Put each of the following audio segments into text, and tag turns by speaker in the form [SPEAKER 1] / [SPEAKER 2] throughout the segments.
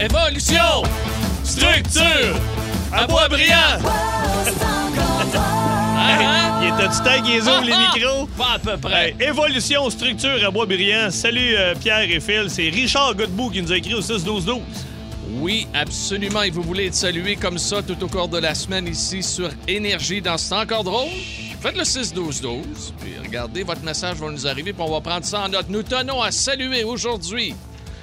[SPEAKER 1] Évolution! Structure! À bois brillant! Ah, Hein, hein?
[SPEAKER 2] Il était du temps qu'ils ouvrent les
[SPEAKER 1] Ah, ah!
[SPEAKER 2] micros.
[SPEAKER 1] Pas à peu près.
[SPEAKER 2] Hey, évolution, structure à bois brillant. Salut euh, Pierre et Phil. C'est Richard Godbout qui nous a écrit au 6-12-12.
[SPEAKER 1] Oui, absolument. Et vous voulez être salué comme ça tout au cours de la semaine ici sur Énergie dans C'est encore drôle? Faites le 6-12-12, puis regardez, votre message va nous arriver, puis on va prendre ça en note. Nous tenons à saluer aujourd'hui,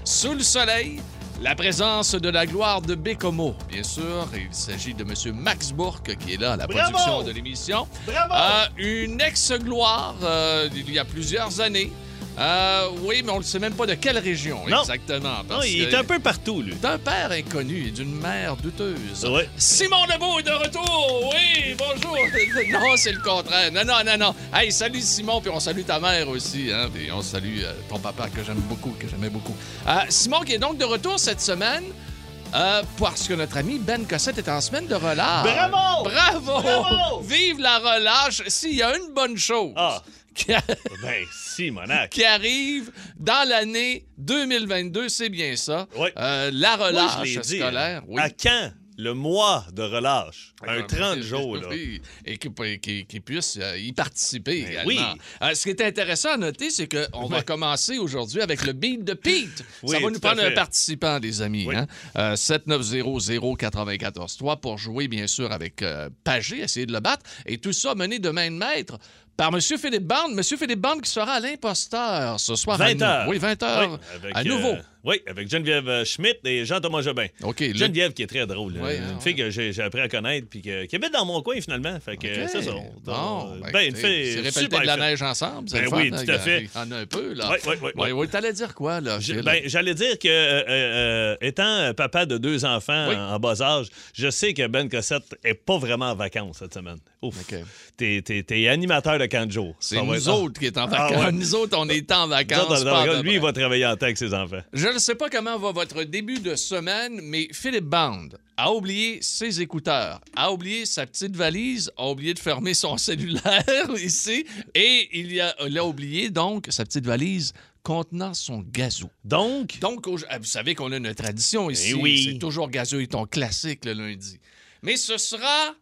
[SPEAKER 1] sous le soleil, la présence de la gloire de Bécomo. Bien sûr, il s'agit de M. Max Bourque qui est là à la
[SPEAKER 2] Bravo!
[SPEAKER 1] production de l'émission.
[SPEAKER 2] Bravo!
[SPEAKER 1] Euh, une ex-gloire euh, il y a plusieurs années. Euh, oui, mais on ne sait même pas de quelle région
[SPEAKER 2] Non.
[SPEAKER 1] exactement.
[SPEAKER 2] Non,
[SPEAKER 1] parce
[SPEAKER 2] il
[SPEAKER 1] que-
[SPEAKER 2] est un peu partout, lui.
[SPEAKER 1] d'un père inconnu et d'une mère douteuse.
[SPEAKER 2] Ouais.
[SPEAKER 1] Simon Lebeau est de retour! Oui, bonjour! Non, c'est le contraire. Non, non, non, non. Hey, salut Simon, puis on salue ta mère aussi. Hein, puis on salue euh, ton papa que j'aime beaucoup, que j'aimais beaucoup. Euh, Simon qui est donc de retour cette semaine euh, parce que notre ami Ben Cossette est en semaine de relâche.
[SPEAKER 2] Bravo!
[SPEAKER 1] Bravo!
[SPEAKER 2] Bravo!
[SPEAKER 1] Vive la relâche! S'il y a une bonne chose...
[SPEAKER 2] Ah.
[SPEAKER 1] qui a-
[SPEAKER 2] Ben, si, monac.
[SPEAKER 1] qui arrive dans l'année 2022, c'est bien ça.
[SPEAKER 2] Oui.
[SPEAKER 1] Euh, la
[SPEAKER 2] Moi,
[SPEAKER 1] relâche
[SPEAKER 2] je l'ai dit,
[SPEAKER 1] scolaire.
[SPEAKER 2] hein.
[SPEAKER 1] Oui. Ah, ben,
[SPEAKER 2] À quand le mois de relâche? Un 30 jours, là.
[SPEAKER 1] Oui, Et qu'ils qui, qui puissent euh, y participer
[SPEAKER 2] Ben
[SPEAKER 1] également.
[SPEAKER 2] oui.
[SPEAKER 1] Euh, ce qui est intéressant à noter, c'est qu'on va commencer aujourd'hui avec le beat de Pete.
[SPEAKER 2] Oui,
[SPEAKER 1] Ça va nous
[SPEAKER 2] tout
[SPEAKER 1] prendre
[SPEAKER 2] à fait.
[SPEAKER 1] un participant, les amis.
[SPEAKER 2] Oui.
[SPEAKER 1] Hein? Euh, 7900-943 pour jouer, bien sûr, avec euh, Pagé, essayer de le battre. Et tout ça mené de main de maître par M. Philippe Bande. M. Philippe Bande qui sera à l'imposteur ce soir. à
[SPEAKER 2] 20
[SPEAKER 1] nou-
[SPEAKER 2] heures.
[SPEAKER 1] Oui, 20 heures.
[SPEAKER 2] Oui, avec,
[SPEAKER 1] à nouveau.
[SPEAKER 2] euh, oui, avec Geneviève euh, Schmidt et Jean-Thomas Jobin.
[SPEAKER 1] OK, le-
[SPEAKER 2] Geneviève qui est très drôle. là.
[SPEAKER 1] Ouais,
[SPEAKER 2] une
[SPEAKER 1] hein,
[SPEAKER 2] fille
[SPEAKER 1] ouais.
[SPEAKER 2] que j'ai j'ai appris à connaître puis que- qui habite dans mon coin finalement. Fait que
[SPEAKER 1] OK.
[SPEAKER 2] c'est ça.
[SPEAKER 1] Bon,
[SPEAKER 2] on-
[SPEAKER 1] ben,
[SPEAKER 2] ben, une
[SPEAKER 1] t'sais,
[SPEAKER 2] fille
[SPEAKER 1] c'est répéter
[SPEAKER 2] super
[SPEAKER 1] de la
[SPEAKER 2] fine.
[SPEAKER 1] neige ensemble, c'est
[SPEAKER 2] Ben
[SPEAKER 1] le fun,
[SPEAKER 2] oui,
[SPEAKER 1] hein,
[SPEAKER 2] tout à
[SPEAKER 1] il y a-
[SPEAKER 2] fait.
[SPEAKER 1] Il y en a un peu, là.
[SPEAKER 2] Oui, oui, oui, oui.
[SPEAKER 1] T'allais dire quoi, là,
[SPEAKER 2] Je-
[SPEAKER 1] Phil?
[SPEAKER 2] ben, j'allais dire que euh, euh, étant euh, papa de deux enfants
[SPEAKER 1] Oui.
[SPEAKER 2] en, en bas âge, je sais que Ben Cossette est pas vraiment en vacances cette semaine. Ouf.
[SPEAKER 1] OK.
[SPEAKER 2] T'es, t'es- t'es animateur de camp de jour.
[SPEAKER 1] C'est
[SPEAKER 2] Ça va
[SPEAKER 1] nous
[SPEAKER 2] être-
[SPEAKER 1] autres qui est en vacances.
[SPEAKER 2] ouais.
[SPEAKER 1] Nous autres, on est en
[SPEAKER 2] Ah, dans-
[SPEAKER 1] vacances.
[SPEAKER 2] dans- dans-
[SPEAKER 1] pas de
[SPEAKER 2] lui, il
[SPEAKER 1] vrai.
[SPEAKER 2] va travailler en temps avec ses enfants.
[SPEAKER 1] Je ne sais pas comment va votre début de semaine, mais Philippe Band a oublié ses écouteurs, a oublié sa petite valise, a oublié de fermer son cellulaire ici, et il y a, il a oublié donc sa petite valise contenant son gazou.
[SPEAKER 2] Donc,
[SPEAKER 1] Donc, au- ah, vous savez qu'on a une tradition ici.
[SPEAKER 2] Eh oui.
[SPEAKER 1] C'est toujours gazeux et ton classique le lundi. Mais ce sera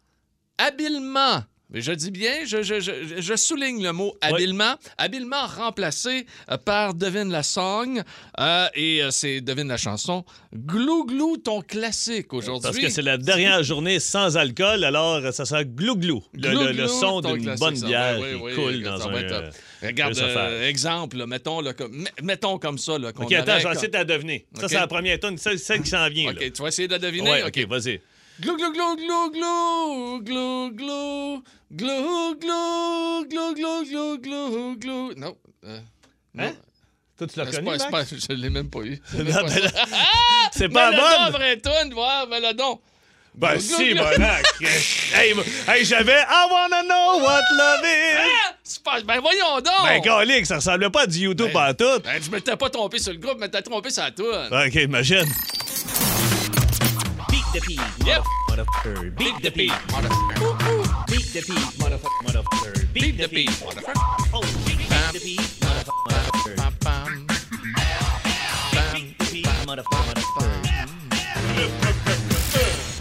[SPEAKER 1] habilement. mais Je dis bien, je, je- je- je souligne le mot habilement. Habilement remplacé euh, par Devine la song euh, et euh, c'est Devine la chanson. Glou glou ton classique aujourd'hui.
[SPEAKER 2] parce que c'est la dernière journée sans alcool, alors euh, ça sera glou-glou. Le, le- le
[SPEAKER 1] Glou-glou,
[SPEAKER 2] son
[SPEAKER 1] ton
[SPEAKER 2] d'une
[SPEAKER 1] classique,
[SPEAKER 2] bonne
[SPEAKER 1] ça.
[SPEAKER 2] bière
[SPEAKER 1] Oui,
[SPEAKER 2] qui
[SPEAKER 1] oui,
[SPEAKER 2] coule
[SPEAKER 1] ça
[SPEAKER 2] dans
[SPEAKER 1] va
[SPEAKER 2] un...
[SPEAKER 1] être,
[SPEAKER 2] euh,
[SPEAKER 1] Regarde,
[SPEAKER 2] ça
[SPEAKER 1] euh, exemple, là, mettons, là, comme, me- mettons comme ça. Là, qu'on
[SPEAKER 2] OK, attends,
[SPEAKER 1] aurait-
[SPEAKER 2] j'en sais t'as deviné. Ça,
[SPEAKER 1] OK.
[SPEAKER 2] c'est la première tonne, celle, celle qui s'en vient. là.
[SPEAKER 1] OK, tu vas essayer de la deviner?
[SPEAKER 2] Ouais,
[SPEAKER 1] OK.
[SPEAKER 2] OK, vas-y.
[SPEAKER 1] Glou glou glou glou glou glou glou glou glou glou glou glou glou glou non euh, non.
[SPEAKER 2] Hein? Toi, tu l'as
[SPEAKER 1] C'est
[SPEAKER 2] reconnu,
[SPEAKER 1] pas, c'est
[SPEAKER 2] Max?
[SPEAKER 1] pas, je l'ai même pas eu. C'est
[SPEAKER 2] Non,
[SPEAKER 1] pas
[SPEAKER 2] ben là,
[SPEAKER 1] ça.
[SPEAKER 2] C'est pas
[SPEAKER 1] Mélodon,
[SPEAKER 2] bon!
[SPEAKER 1] vraie toune, voir, Mélodon.
[SPEAKER 2] Ben
[SPEAKER 1] Glou,
[SPEAKER 2] si,
[SPEAKER 1] glou, glou.
[SPEAKER 2] monac! hey, mo- hey, j'avais I wanna know what love is!
[SPEAKER 1] Ah! C'est pas- Ben voyons donc!
[SPEAKER 2] Ben, calique, ça ressemblait pas à du YouTube
[SPEAKER 1] Ben-
[SPEAKER 2] en tout!
[SPEAKER 1] Ben, je m'étais pas trompé sur le groupe, mais t'as trompé sur la toune.
[SPEAKER 2] Ok, imagine!
[SPEAKER 3] Beat the pig,
[SPEAKER 1] Yep.
[SPEAKER 3] motherfucker. Beat the pig, beat the pig, motherfucker, motherfucker. Beat the pig, oh, beat the pig, motherfucker, motherfucker.
[SPEAKER 1] Pam, pam.
[SPEAKER 3] Beat the pig, motherfucker, motherfucker.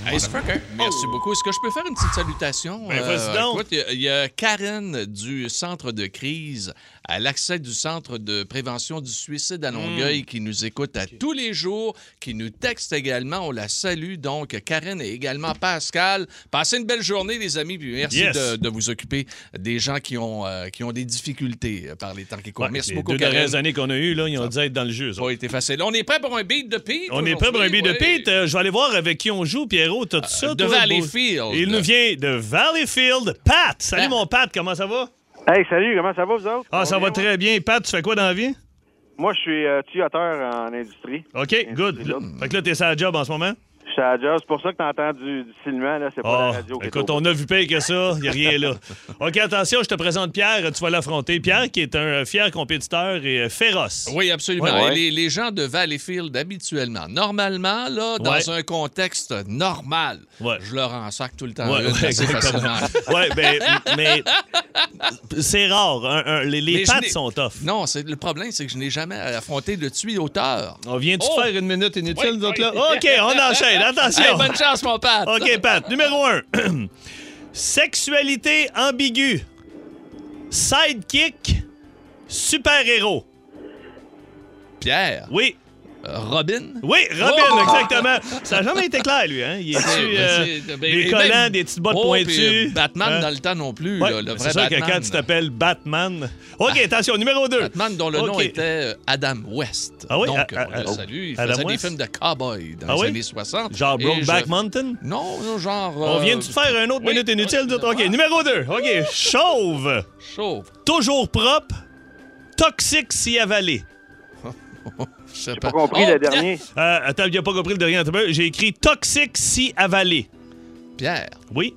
[SPEAKER 1] Hey, c'est- Merci beaucoup. Est-ce que je peux faire une petite salutation?
[SPEAKER 2] Oh.
[SPEAKER 1] Euh,
[SPEAKER 2] Ben, vas-y donc.
[SPEAKER 1] écoute, il y a- il y, a Karen du centre de crise à l'accès du centre de prévention du suicide à
[SPEAKER 2] Hmm.
[SPEAKER 1] Longueuil qui nous écoute à tous les jours, qui nous texte également. On la salue. Donc, Karen et également Pascal. Passez une belle journée, les amis. Puis merci
[SPEAKER 2] Yes.
[SPEAKER 1] de, de vous occuper des gens qui ont, euh, qui ont des difficultés euh, par les temps qui courent.
[SPEAKER 2] Ouais,
[SPEAKER 1] merci
[SPEAKER 2] les
[SPEAKER 1] beaucoup,
[SPEAKER 2] deux
[SPEAKER 1] Karen.
[SPEAKER 2] dernières années qu'on a eues, là, ils ont dû être dans le jeu. ça.
[SPEAKER 1] Ça n'a pas été facile. On est prêt pour un beat de Pete?
[SPEAKER 2] On est prêt pour un
[SPEAKER 1] aujourd'hui?
[SPEAKER 2] billet de
[SPEAKER 1] Ouais. Euh,
[SPEAKER 2] Pete. Euh, je vais aller voir avec qui on joue, Pierrot. T'as tout ça,
[SPEAKER 1] de
[SPEAKER 2] toi,
[SPEAKER 1] Valleyfield.
[SPEAKER 2] beau- Il nous vient de Valleyfield. Pat! Salut,
[SPEAKER 1] Pat.
[SPEAKER 2] mon Pat, comment ça va?
[SPEAKER 4] Hey, salut, comment ça va, vous autres?
[SPEAKER 2] Ah, ça va
[SPEAKER 4] bien,
[SPEAKER 2] très bien. Pat, tu fais quoi dans la vie?
[SPEAKER 4] ouais? Moi, je suis euh, tuyauteur en industrie.
[SPEAKER 2] OK, good.
[SPEAKER 4] c'est là.
[SPEAKER 2] Fait que là, t'es sur la job en ce moment?
[SPEAKER 4] Je suis à la job. C'est pour ça que t'entends du, du silement, là. C'est pas
[SPEAKER 2] Ah,
[SPEAKER 4] la radio qui est
[SPEAKER 2] écoute,
[SPEAKER 4] au-
[SPEAKER 2] on a vu pire que ça, il a rien là. OK, attention, je te présente Pierre, tu vas l'affronter. Pierre qui est un euh, fier compétiteur et euh, féroce.
[SPEAKER 1] Oui, absolument.
[SPEAKER 2] Ouais, ouais.
[SPEAKER 1] Et Les, les gens de Valleyfield, habituellement, normalement, là, dans
[SPEAKER 2] Ouais.
[SPEAKER 1] un contexte normal,
[SPEAKER 2] Ouais.
[SPEAKER 1] je leur en sac tout le temps.
[SPEAKER 2] Ouais,
[SPEAKER 1] une
[SPEAKER 2] ouais,
[SPEAKER 1] Ah, assez
[SPEAKER 2] exactement.
[SPEAKER 1] facilement.
[SPEAKER 2] ouais, ben, mais c'est rare. un- un- les les
[SPEAKER 1] Mais je
[SPEAKER 2] pattes
[SPEAKER 1] n'ai-
[SPEAKER 2] sont tough.
[SPEAKER 1] Non, c'est le problème, c'est que je n'ai jamais affronté de tuyauteur.
[SPEAKER 2] On vient-tu
[SPEAKER 1] Oh!
[SPEAKER 2] faire une minute inutile,
[SPEAKER 1] Oui, oui.
[SPEAKER 2] nous autres, là? OK, on enchaîne. Attention.
[SPEAKER 1] Hey, bonne chance, mon père.
[SPEAKER 2] OK, Pat, numéro un. Sexualité ambiguë. Sidekick. Super-héros.
[SPEAKER 1] Pierre,
[SPEAKER 2] Oui,
[SPEAKER 1] euh, Robin.
[SPEAKER 2] oui, Robin,
[SPEAKER 1] Oh!
[SPEAKER 2] exactement. Ça n'a jamais été clair, lui. Hein? Il est
[SPEAKER 1] C'est-
[SPEAKER 2] tu
[SPEAKER 1] c'est- Ah, ben,
[SPEAKER 2] des
[SPEAKER 1] et
[SPEAKER 2] collants,
[SPEAKER 1] même-
[SPEAKER 2] des petites bottes
[SPEAKER 1] Oh, puis,
[SPEAKER 2] pointues.
[SPEAKER 1] euh, Batman
[SPEAKER 2] Hein?
[SPEAKER 1] dans le temps non plus,
[SPEAKER 2] Ouais,
[SPEAKER 1] là, le
[SPEAKER 2] mais
[SPEAKER 1] vrai
[SPEAKER 2] C'est sûr
[SPEAKER 1] Batman.
[SPEAKER 2] que quand tu t'appelles Batman. OK, attention, numéro 2.
[SPEAKER 1] Batman dont le nom
[SPEAKER 2] Ok.
[SPEAKER 1] était euh, Adam West.
[SPEAKER 2] Ah oui,
[SPEAKER 1] Donc,
[SPEAKER 2] ah,
[SPEAKER 1] on
[SPEAKER 2] ah,
[SPEAKER 1] le
[SPEAKER 2] ah,
[SPEAKER 1] salue. Il
[SPEAKER 2] Adam
[SPEAKER 1] faisait des
[SPEAKER 2] West?
[SPEAKER 1] films de cowboy dans
[SPEAKER 2] Ah
[SPEAKER 1] les
[SPEAKER 2] oui?
[SPEAKER 1] années 60.
[SPEAKER 2] Genre
[SPEAKER 1] Et
[SPEAKER 2] Brokeback
[SPEAKER 1] je-
[SPEAKER 2] Mountain?
[SPEAKER 1] Non, non, genre...
[SPEAKER 2] On
[SPEAKER 1] euh,
[SPEAKER 2] vient de faire un autre
[SPEAKER 1] oui,
[SPEAKER 2] minute inutile.
[SPEAKER 1] oui,
[SPEAKER 2] d'autres? OK,
[SPEAKER 1] exactement.
[SPEAKER 2] numéro 2. OK, chauve.
[SPEAKER 1] Chauve.
[SPEAKER 2] Toujours propre. Toxique si avalé.
[SPEAKER 1] Je sais
[SPEAKER 4] Pas compris
[SPEAKER 1] Oh,
[SPEAKER 4] le
[SPEAKER 1] Pierre-
[SPEAKER 4] dernier.
[SPEAKER 2] Euh, attends, il a pas compris le dernier. attends un peu. J'ai écrit toxique si avalé.
[SPEAKER 1] Pierre,
[SPEAKER 2] Oui.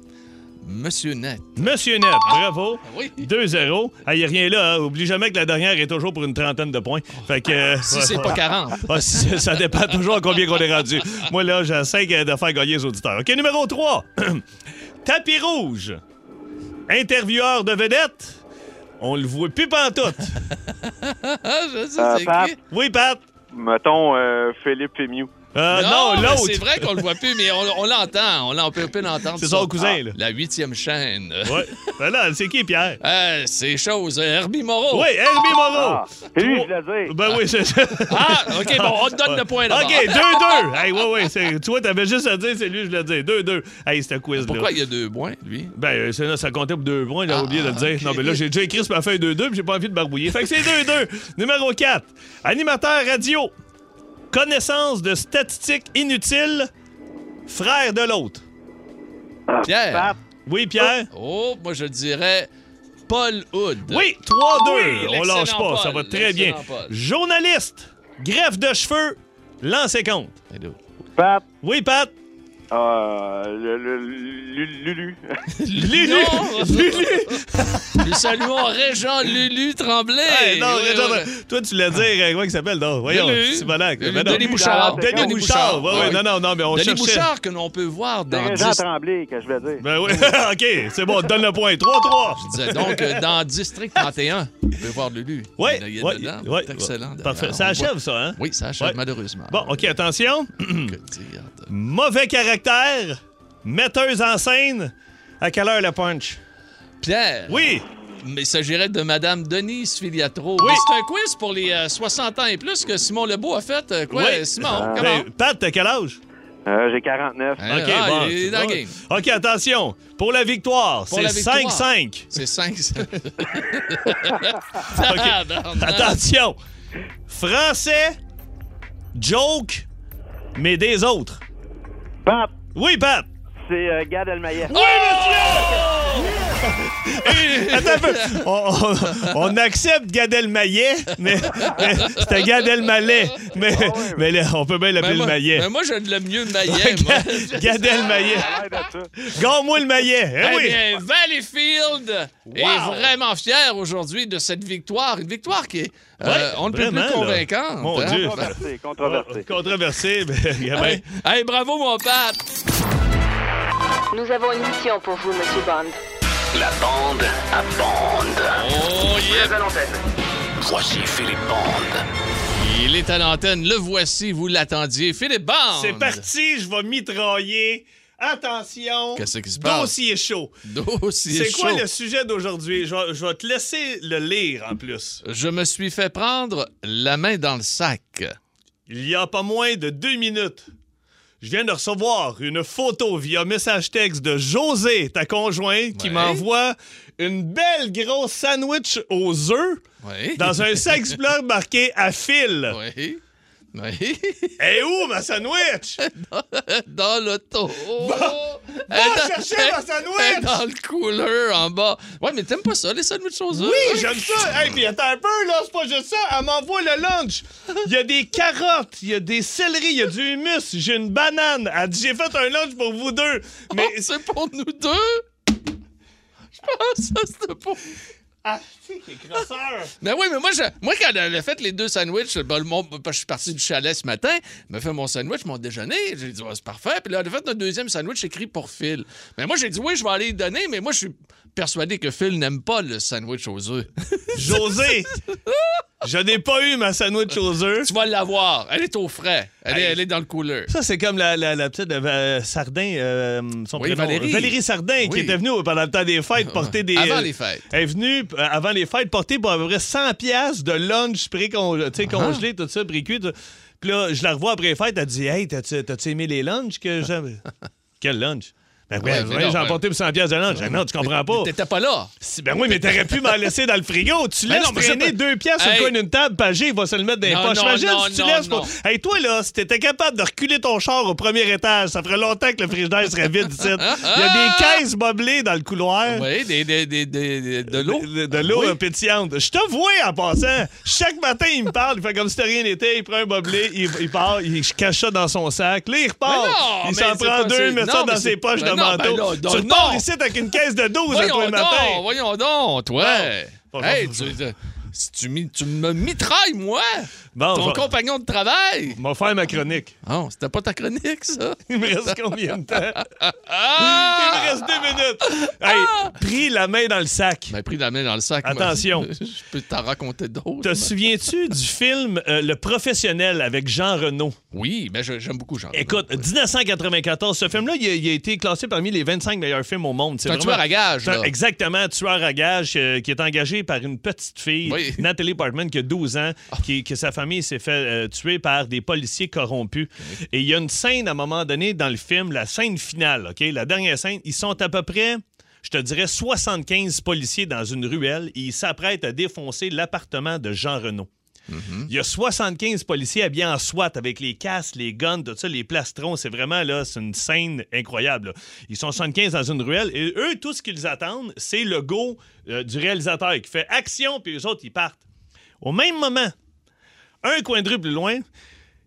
[SPEAKER 1] Monsieur Net.
[SPEAKER 2] Monsieur Net, bravo.
[SPEAKER 1] Ah, Oui.
[SPEAKER 2] 2-0. Ah, il n'y a rien là. hein. Oublie jamais que la dernière est toujours pour une trentaine de points. Fait que. euh,
[SPEAKER 1] Oh. Si
[SPEAKER 2] ouais,
[SPEAKER 1] c'est
[SPEAKER 2] ouais.
[SPEAKER 1] pas 40.
[SPEAKER 2] Ah, si, ça dépend toujours à combien qu'on est rendu. Moi, là, j'essaie que de faire gagner les auditeurs. OK, numéro 3. Tapis rouge. Intervieweur de vedette. On le voit plus pantoute.
[SPEAKER 1] Ah, je sais
[SPEAKER 4] Euh,
[SPEAKER 1] c'est
[SPEAKER 4] Pat.
[SPEAKER 1] qui.
[SPEAKER 2] Oui, Pat?
[SPEAKER 4] Mettons euh, Philippe Fémieux.
[SPEAKER 2] Euh, non,
[SPEAKER 1] mais C'est
[SPEAKER 2] l'autre.
[SPEAKER 1] vrai qu'on le voit plus, mais on, on l'entend. On, l'en- on peut, on peut l'entendre.
[SPEAKER 2] C'est
[SPEAKER 1] ça.
[SPEAKER 2] son cousin, là.
[SPEAKER 1] La huitième chaîne.
[SPEAKER 2] Ouais. Ben là, c'est qui, Pierre?
[SPEAKER 1] Euh, c'est chose. Herbie Moreau.
[SPEAKER 2] Oui, Herbie Moreau.
[SPEAKER 4] Ah, c'est lui,
[SPEAKER 2] Trois-
[SPEAKER 4] je l'ai dit.
[SPEAKER 2] Ben oui, c'est ça.
[SPEAKER 1] Ah, OK, bon, on te donne le point, là
[SPEAKER 2] OK, 2-2. Hey, ouais, ouais. c'est- Tu vois, t'avais juste à dire, c'est lui, je le dis. 2-2. Hey, c'était quiz, là.
[SPEAKER 1] Pourquoi il y a deux points, lui?
[SPEAKER 2] Ben, euh, ça, là, ça comptait pour deux points, j'avais
[SPEAKER 1] Ah,
[SPEAKER 2] oublié de le dire.
[SPEAKER 1] ok.
[SPEAKER 2] Non, mais là, j'ai déjà écrit sur ma feuille 2-2, puis j'ai pas envie de barbouiller. Fait que c'est 2-2. Numéro 4. Animateur radio. Connaissance de statistiques inutiles. Frère de l'autre.
[SPEAKER 4] Ah,
[SPEAKER 1] Pierre.
[SPEAKER 4] Pat.
[SPEAKER 2] Oui, Pierre?
[SPEAKER 1] Oh, moi, je dirais Paul Hood.
[SPEAKER 2] Oui, 3-2.
[SPEAKER 1] Oh. Ah Oui,
[SPEAKER 2] On
[SPEAKER 1] l'excellent
[SPEAKER 2] lâche pas, ça va
[SPEAKER 1] Paul,
[SPEAKER 2] très bien.
[SPEAKER 1] l'excellent Paul.
[SPEAKER 2] Journaliste. Greffe de cheveux. Lancez compte.
[SPEAKER 1] Allô.
[SPEAKER 4] Pat.
[SPEAKER 2] Oui, Pat?
[SPEAKER 4] Euh, le, le- le- Lulu.
[SPEAKER 2] Lulu.
[SPEAKER 1] Non.
[SPEAKER 2] Lulu.
[SPEAKER 1] Nous saluons Régent Lulu Tremblay.
[SPEAKER 2] Hey, non,
[SPEAKER 1] Oui,
[SPEAKER 2] Richard,
[SPEAKER 1] oui, oui.
[SPEAKER 2] toi, tu l'as dit, euh, comment il s'appelle, donc? Voyons,
[SPEAKER 1] Lulu.
[SPEAKER 2] c'est malade.
[SPEAKER 1] Lulu,
[SPEAKER 2] Ben non.
[SPEAKER 1] Denis Bouchard.
[SPEAKER 2] Denis,
[SPEAKER 4] Denis
[SPEAKER 2] Bouchard.
[SPEAKER 1] Bouchard.
[SPEAKER 2] Ouais, ouais,
[SPEAKER 1] Ouais.
[SPEAKER 2] non, non, non, mais on
[SPEAKER 1] Denis
[SPEAKER 2] cherchait.
[SPEAKER 1] Bouchard que l'on peut voir dans
[SPEAKER 4] Jean
[SPEAKER 1] 10...
[SPEAKER 4] Tremblay, que je voulais dire.
[SPEAKER 2] Ben oui, OK, c'est bon, on te donne le point. 3-3.
[SPEAKER 1] Je disais donc euh, dans District 31. On peut voir Lulu.
[SPEAKER 2] Oui,
[SPEAKER 1] Il y en a- il y en a dedans.
[SPEAKER 2] oui,
[SPEAKER 1] C'est excellent. d'ailleurs.
[SPEAKER 2] Parfait, ça
[SPEAKER 1] On
[SPEAKER 2] achève,
[SPEAKER 1] voit-
[SPEAKER 2] ça, hein?
[SPEAKER 1] Oui, ça achève,
[SPEAKER 2] Ouais.
[SPEAKER 1] malheureusement.
[SPEAKER 2] Bon, OK, attention.
[SPEAKER 1] Que dire de-
[SPEAKER 2] Mauvais caractère, metteuse en scène. À quelle heure le punch?
[SPEAKER 1] Pierre.
[SPEAKER 2] Oui,
[SPEAKER 1] Mais il s'agirait de Madame Denise Filiatro.
[SPEAKER 2] Oui.
[SPEAKER 1] Mais C'est un quiz pour les euh, 60 ans et plus que Simon Lebeau a fait. Euh, Quoi,
[SPEAKER 2] Oui.
[SPEAKER 1] Simon?
[SPEAKER 4] Ah.
[SPEAKER 1] Comment?
[SPEAKER 2] Ben, Pat, t'as quel âge?
[SPEAKER 4] Euh, J'ai 49.
[SPEAKER 1] Hein,
[SPEAKER 2] OK,
[SPEAKER 1] ah,
[SPEAKER 2] bon,
[SPEAKER 1] il est
[SPEAKER 2] c'est
[SPEAKER 1] dans le
[SPEAKER 2] bon.
[SPEAKER 1] game.
[SPEAKER 2] OK, attention. Pour la victoire,
[SPEAKER 1] Pour
[SPEAKER 2] c'est
[SPEAKER 1] la victoire.
[SPEAKER 2] 5-5.
[SPEAKER 1] C'est 5.
[SPEAKER 2] Euh, Attention. Français, joke, mais des autres.
[SPEAKER 4] Pat.
[SPEAKER 2] Oui, Pat.
[SPEAKER 4] C'est euh, Gad Elmaleh.
[SPEAKER 2] Attends un peu. On, on- on accepte Gad Elmaleh, mais, mais c'était Gad Elmaleh. Mais, mais là, on peut bien l'appeler le
[SPEAKER 1] Ah moi,
[SPEAKER 2] maillet.
[SPEAKER 1] ben moi, je le mieux le maillet. moi.
[SPEAKER 2] Ga- Gad Elmaleh.
[SPEAKER 1] Ah!
[SPEAKER 4] Ça a l'air de ça.
[SPEAKER 2] Garde-moi le maillet. Eh
[SPEAKER 1] Eh
[SPEAKER 2] oui.
[SPEAKER 1] bien, Valleyfield est vraiment fier aujourd'hui de cette victoire. Une victoire qui est, euh,
[SPEAKER 2] Ouais,
[SPEAKER 1] on ne peut
[SPEAKER 2] vraiment,
[SPEAKER 1] plus
[SPEAKER 2] là.
[SPEAKER 1] convaincante. hein.
[SPEAKER 2] Mon Dieu.
[SPEAKER 4] Controversé,
[SPEAKER 2] Oh,
[SPEAKER 4] controversé.
[SPEAKER 2] Controversé, mais eh ben, gamin.
[SPEAKER 1] Hey, hey, bravo, mon Pat.
[SPEAKER 5] Nous avons une mission pour vous, Monsieur Bond.
[SPEAKER 6] La bande à bande.
[SPEAKER 1] Oh, yeah.
[SPEAKER 6] Voici Philippe Bande.
[SPEAKER 1] Il est à l'antenne. Le voici, vous l'attendiez. Philippe Bond.
[SPEAKER 2] C'est parti, je vais mitrailler. Attention.
[SPEAKER 1] Qu'est-ce qui se passe?
[SPEAKER 2] Dossier chaud.
[SPEAKER 1] Dossier
[SPEAKER 2] C'est quoi
[SPEAKER 1] chaud.
[SPEAKER 2] le sujet d'aujourd'hui? Je vais, je vais te laisser le lire en plus.
[SPEAKER 1] Je me suis fait prendre la main dans le sac.
[SPEAKER 2] Il y a pas moins de deux minutes. Je viens de recevoir une photo via message texte de José, ta conjointe, qui
[SPEAKER 1] Ouais.
[SPEAKER 2] m'envoie une belle grosse sandwich aux œufs
[SPEAKER 1] Oui.
[SPEAKER 2] dans un sexplant marqué à fil.
[SPEAKER 1] Oui. Oui.
[SPEAKER 2] Et où ma sandwich?
[SPEAKER 1] Dans l'auto. Elle est
[SPEAKER 2] chercher ma sandwich!
[SPEAKER 1] elle est dans le cooler en bas. Ouais, mais t'aimes pas ça, les sandwichs aux œufs?
[SPEAKER 2] Oui, j'aime ça. Hey, puis attends un peu, là, c'est pas juste ça. Elle m'envoie le lunch. Il y a des carottes, il y a des céleris, il y a du humus, j'ai une banane. Elle dit, j'ai fait un lunch pour vous deux. Mais
[SPEAKER 1] Mais c'est pour nous deux! Je pense que c'était pour.
[SPEAKER 2] ah, tu sais, quel crosseur.
[SPEAKER 1] Mais oui, mais moi, je- moi quand elle a fait les deux sandwichs, ben, le monde- parce que je suis parti du chalet ce matin, elle m'a fait mon sandwich, mon déjeuner. J'ai dit, Ouais, c'est parfait. Puis là, elle a fait notre deuxième sandwich écrit pour Phil. Mais moi, j'ai dit, oui, je vais aller y donner, mais moi, je suis persuadé que Phil n'aime pas le sandwich aux œufs.
[SPEAKER 2] José, je n'ai pas eu ma sandwich aux œufs.
[SPEAKER 1] tu vas l'avoir. Elle est au frais. Elle, est, elle est dans le cooler.
[SPEAKER 2] Ça, c'est comme la, la, la petite euh, Sardin, euh, son
[SPEAKER 1] Oui,
[SPEAKER 2] prénom.
[SPEAKER 1] Valérie.
[SPEAKER 2] Sardin, qui
[SPEAKER 1] Oui.
[SPEAKER 2] était venue pendant le temps des fêtes porter des...
[SPEAKER 1] Avant les fêtes.
[SPEAKER 2] Elle est venue euh, avant les fêtes porter pour à peu près 100 piastres de lunch pré-congelé,
[SPEAKER 1] Ah.
[SPEAKER 2] tout ça, pré-cuit. tout. Puis là, je la revois après les fêtes, elle dit « Hey, t'as-tu t'as-tu aimé les lunchs que j'avais? » Quel lunch? Ben
[SPEAKER 1] Ouais,
[SPEAKER 2] ouais,
[SPEAKER 1] mais
[SPEAKER 2] ouais,
[SPEAKER 1] non,
[SPEAKER 2] j'ai
[SPEAKER 1] ouais.
[SPEAKER 2] emporté pour 100 piastres de lunch. Ah non, tu comprends pas.
[SPEAKER 1] T'étais pas là.
[SPEAKER 2] Si- Ben oui, mais t'aurais pu m'en laisser dans le frigo. Tu
[SPEAKER 1] Ben
[SPEAKER 2] laisses
[SPEAKER 1] non, mais c'est
[SPEAKER 2] traîner
[SPEAKER 1] pas-
[SPEAKER 2] deux piastres
[SPEAKER 1] Hey.
[SPEAKER 2] sur le coin d'une table, Pagé, il va se le mettre dans les
[SPEAKER 1] Non,
[SPEAKER 2] poches.
[SPEAKER 1] non,
[SPEAKER 2] Imagine
[SPEAKER 1] non,
[SPEAKER 2] si tu
[SPEAKER 1] non,
[SPEAKER 2] laisses
[SPEAKER 1] non.
[SPEAKER 2] pour... Hey, toi, là, si t'étais capable de reculer ton char au premier étage, ça ferait longtemps que le frigidaire serait vide, ici. Il y a des caisses boblées dans le couloir.
[SPEAKER 1] Oui, des, des, des, des- des- de l'eau.
[SPEAKER 2] De, de l'eau
[SPEAKER 1] Oui.
[SPEAKER 2] euh, pétillante. Je te vois en passant. Chaque matin, il me parle. Il fait comme si de rien n'était. Il prend un boblé, il, il part, il cache ça dans son sac. Là, il repart.
[SPEAKER 1] Mais non,
[SPEAKER 2] il
[SPEAKER 1] mais
[SPEAKER 2] s'en
[SPEAKER 1] c'est
[SPEAKER 2] prend
[SPEAKER 1] pas-
[SPEAKER 2] deux,
[SPEAKER 1] c'est-
[SPEAKER 2] il met
[SPEAKER 1] non,
[SPEAKER 2] ça
[SPEAKER 1] mais
[SPEAKER 2] dans ses
[SPEAKER 1] c'est-
[SPEAKER 2] poches
[SPEAKER 1] mais non,
[SPEAKER 2] de manteau.
[SPEAKER 1] ben non, non,
[SPEAKER 2] tu repars
[SPEAKER 1] non.
[SPEAKER 2] ici avec une caisse de 12 à toi
[SPEAKER 1] Voyons
[SPEAKER 2] le
[SPEAKER 1] donc,
[SPEAKER 2] matin.
[SPEAKER 1] voyons donc, toi.
[SPEAKER 2] Bon.
[SPEAKER 1] Hey, tu, si tu, mi- tu me mitrailles, moi,
[SPEAKER 2] Bon,
[SPEAKER 1] ton
[SPEAKER 2] je vais-
[SPEAKER 1] compagnon de travail.
[SPEAKER 2] Je vais faire ma chronique.
[SPEAKER 1] Oh, c'était pas ta chronique, ça?
[SPEAKER 2] Il me reste combien de temps? Il
[SPEAKER 1] Ah!
[SPEAKER 2] me reste deux minutes. Hey, pris la main dans le sac.
[SPEAKER 1] Ben, pris la main dans le sac. moi.
[SPEAKER 2] Attention.
[SPEAKER 1] Je peux t'en raconter d'autres.
[SPEAKER 2] Te souviens-tu du film euh, Le Professionnel avec Jean Renault?
[SPEAKER 1] Oui, mais je- j'aime beaucoup Jean.
[SPEAKER 2] Écoute, 1994, ce film-là, il, a- il a été classé parmi les 25 meilleurs films au monde.
[SPEAKER 1] C'est un tueur à gage, là.
[SPEAKER 2] Exactement, tueur à gage euh, qui est engagé par une petite fille,
[SPEAKER 1] Oui. Ah.
[SPEAKER 2] Nathalie Portman, qui a 12 ans, qui, que sa famille s'est fait euh, tuer par des policiers corrompus. Et il y a une scène à un moment donné dans le film, la scène finale, OK? La dernière scène, ils sont à peu près. Je te dirais 75 policiers dans une ruelle et ils s'apprêtent à défoncer l'appartement de Jean Renault. Il y a 75 policiers habillés en SWAT avec les casques, les guns, tout ça, les plastrons. C'est vraiment là, c'est une scène incroyable. là. Ils sont 75 dans une ruelle et eux, tout ce qu'ils attendent, c'est le go euh, du réalisateur qui fait action, puis les autres, ils partent. Au même moment, un coin de rue plus loin,